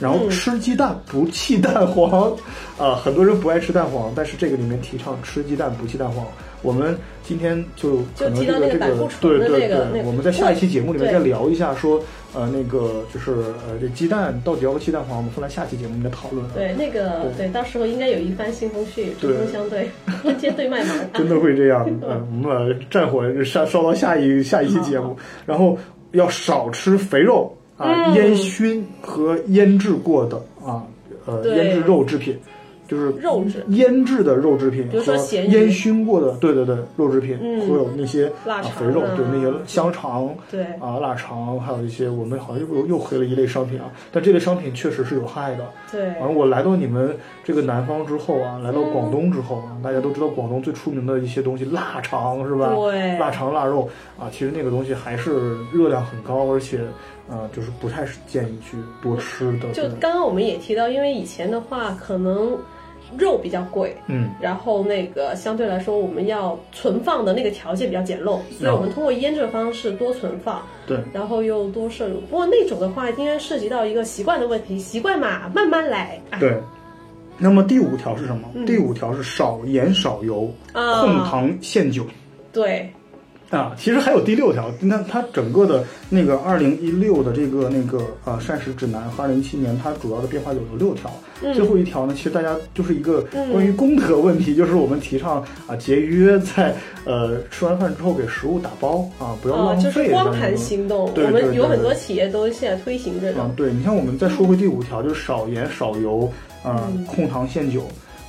S1: 然
S2: 嗯
S1: 后吃鸡蛋不弃蛋黄，啊，很多人不爱吃蛋黄，但是这个里面提倡吃鸡蛋不弃蛋黄。我们今天就可
S2: 就
S1: 能
S2: 提
S1: 这
S2: 到那
S1: 个这
S2: 个胆
S1: 个
S2: 固醇
S1: 对
S2: 的
S1: 对
S2: 那个
S1: 对
S2: 那，个
S1: 我们在下一期节目里面
S2: 对
S1: 再聊一下说，呃那个就是呃这鸡蛋到底要不弃蛋黄，我们放在下期节目里面讨论啊。
S2: 对，那个对，到时候应该有一番腥风血雨，针
S1: 对
S2: 锋
S1: (laughs)
S2: 相对，针尖对麦芒。啊
S1: 真的会这样。嗯，我们把战火烧烧到下一下一期节目，然后要少吃肥肉啊，
S2: 嗯
S1: 烟熏和腌制过的啊，呃，
S2: 对
S1: 腌制肉制品，就是
S2: (laughs) 肉质
S1: 腌制的肉制品
S2: 比如
S1: 和
S2: 说咸鱼
S1: 烟熏过的，对对对，肉制品
S2: 嗯
S1: 会有那些
S2: 腊
S1: 啊
S2: 肠
S1: 肥肉
S2: 啊，
S1: 对那些香肠。
S2: 对，
S1: 啊，腊肠，还有一些我们好像又又回了一类商品啊，但这类商品确实是有害的。
S2: 对，
S1: 反正我来到你们这个南方之后啊，来到广东之后啊，
S2: 嗯
S1: 大家都知道广东最出名的一些东西，腊肠是吧？
S2: 对
S1: 腊肠、腊肉啊，其实那个东西还是热量很高，而且呃，就是不太是建议去多吃的。
S2: 就
S1: 对
S2: 刚刚我们也提到，因为以前的话，可能肉比较贵，
S1: 嗯，
S2: 然后那个相对来说，我们要存放的那个条件比较简陋，
S1: 哦
S2: 所以我们通过腌制的方式多存放，
S1: 对，
S2: 然后又多摄入。不过那种的话，应该涉及到一个习惯的问题，习惯嘛，慢慢来。啊、
S1: 对。那么第五条是什么？
S2: 嗯
S1: 第五条是少盐少油，
S2: 啊
S1: 控糖限酒。
S2: 对，
S1: 啊，其实还有第六条，那它整个的那个二零一六的这个那个呃膳食指南和二零一七年它主要的变化有有六条，
S2: 嗯
S1: 最后一条呢，其实大家就是一个
S2: 嗯
S1: 关于功德问题，就是我们提倡啊节约在呃吃完饭之后给食物打包啊，不要
S2: 呃，
S1: 浪
S2: 就
S1: 费
S2: 是
S1: 这样的、
S2: 光盘行动，
S1: 对
S2: 我
S1: 对
S2: 们
S1: 对
S2: 有很
S1: 对
S2: 多企业都现在推行这
S1: 啊
S2: 种，，
S1: 对你像我们再说回第五条，就是少盐少油，啊、
S2: 嗯
S1: 控糖限酒。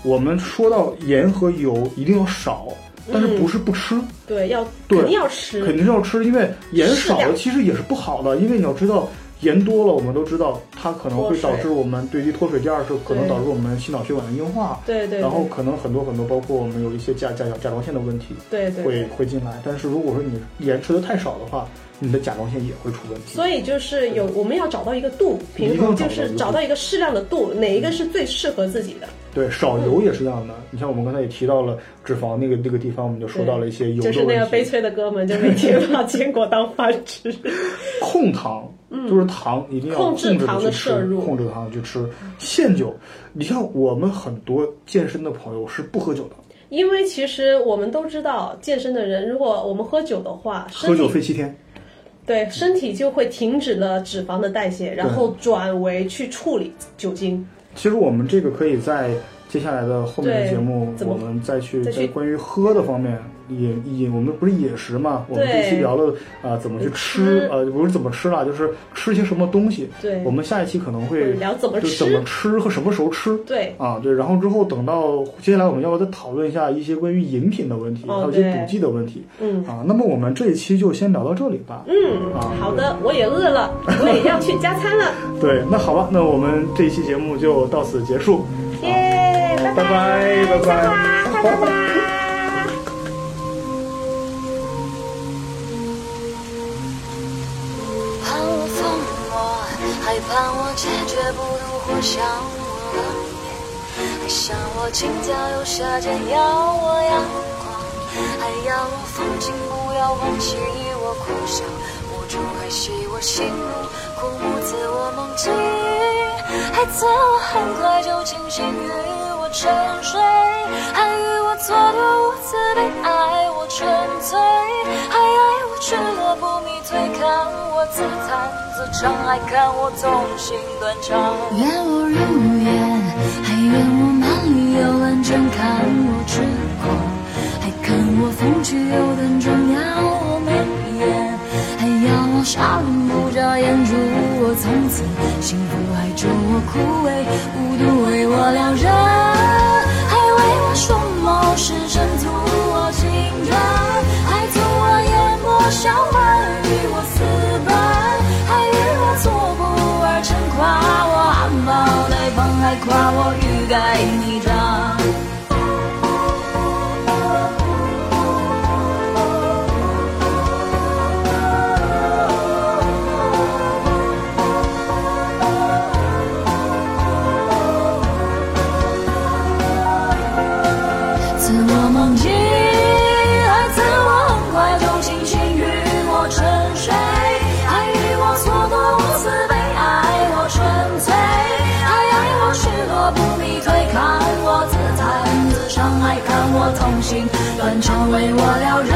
S1: 我们说到盐和油一定要少，但是
S2: 嗯
S1: 不是不吃，
S2: 对，要
S1: 对
S2: 肯定要吃，
S1: 肯定是要吃，因为盐少
S2: 嗯适
S1: 了
S2: 量
S1: 其实也是不好的，因为你要知道。盐多了，我们都知道它可能会
S2: 脱水
S1: 导致我们对于脱水。第二是可能
S2: 对
S1: 导致我们心脑血管的硬化，
S2: 对对
S1: 然后可能很多很多，包括我们有一些甲甲甲状腺的问题
S2: 对对
S1: 会
S2: 对。
S1: 会进来。但是如果说你盐吃的太少的话，你的甲状腺也会出问题。
S2: 所以就是有，我们要找到一个度，
S1: 一定
S2: 平
S1: 要
S2: 衡
S1: 找
S2: 就
S1: 到一个度
S2: 是
S1: 嗯
S2: 找到一个适量的度，哪一个是最适合自己的？
S1: 对，少油也是一样的。你像我们刚才也提到了脂肪那个那个地方，我们就说到了一些油的
S2: 就
S1: 问题。
S2: 是那个悲催的哥们，就每
S1: (laughs)
S2: 天把坚果当饭吃。
S1: 控糖，就是糖一定要控
S2: 嗯控制
S1: 制
S2: 糖
S1: 的
S2: 的
S1: 去
S2: 摄
S1: 吃，
S2: 入
S1: 控制糖去吃。限酒，你像我们很多健身的朋友是不喝酒的，
S2: 因为其实我们都知道，健身的人如果我们喝酒的话，
S1: 喝
S2: 身
S1: 酒
S2: 体
S1: 飞七天。
S2: 对身体就会停止了脂肪的代谢，然后转为去处理酒精。
S1: 其实我们这个可以在接下来的后面的
S2: 对
S1: 节目，
S2: 怎么
S1: 我们再去
S2: 再
S1: 在
S2: 去
S1: 关于喝的方面，饮饮我们不是饮食嘛，我们
S2: 对
S1: 这期聊了啊、怎么去吃
S2: 吃
S1: 啊、不是怎么吃啦，就是吃些什么东西。
S2: 对
S1: 我们下一期可能会
S2: 嗯聊怎么
S1: 就
S2: 吃
S1: 怎么吃和什么时候吃。
S2: 对
S1: 啊，对，然后之后等到接下来我们要不要再讨论一下一些关于饮品的问题，还
S2: 哦
S1: 有一些
S2: 对
S1: 补剂的问题。
S2: 嗯
S1: 啊，那么我们这一期就先聊到这里吧。
S2: 嗯，
S1: 啊
S2: 好的，我也饿了，我也要去加餐了，
S1: 对，那好吧，那我们这一期节目就到此结束。
S2: 耶，
S1: 拜
S2: 拜
S1: 拜拜拜
S2: 拜拜拜拜。
S3: 怕我疯魔，害怕我坚决不怒火，想我冷眼，还想我轻佻又下贱，要我阳光，还要我风情，不要忘记我苦笑，无助还惜我心如枯木，自我梦境，还自我很快就清醒，与我沉睡，还与我做对无慈悲，爱我纯粹，还爱我去了不迷醉，看我自弹自唱，还看我纵情断肠。愿我如愿，还愿我满里有蓝卷，看我痴狂，还看我风趣又端庄，把我欲盖弥彰。自我梦境，还自我很快就清醒，与我沉睡，还与我蹉跎无慈悲，爱我纯粹，还爱我失落不必退，看我自弹自唱，还看我痛心断肠，为我撩人，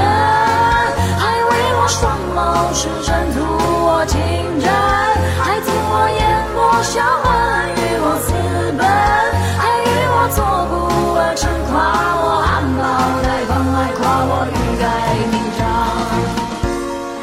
S3: 还为我双眸失神，图我情真，还自我淹没销魂，与我私奔，还与我做不二臣，夸我含苞待放，还夸我欲盖弥彰。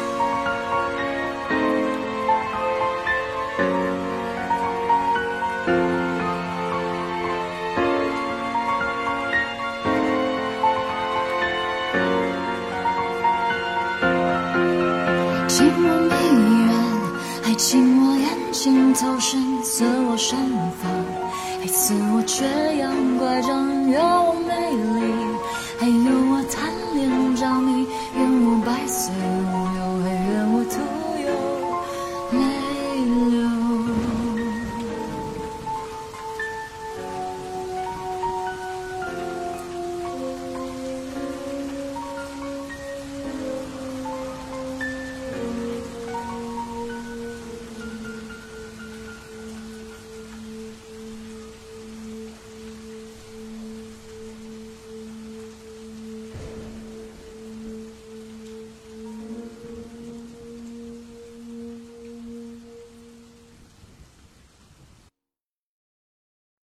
S3: 亲我眉眼，还亲我眼睛，投身自我身旁，还赐我缺氧乖张，怨我美丽，还有我贪恋着你，愿我百岁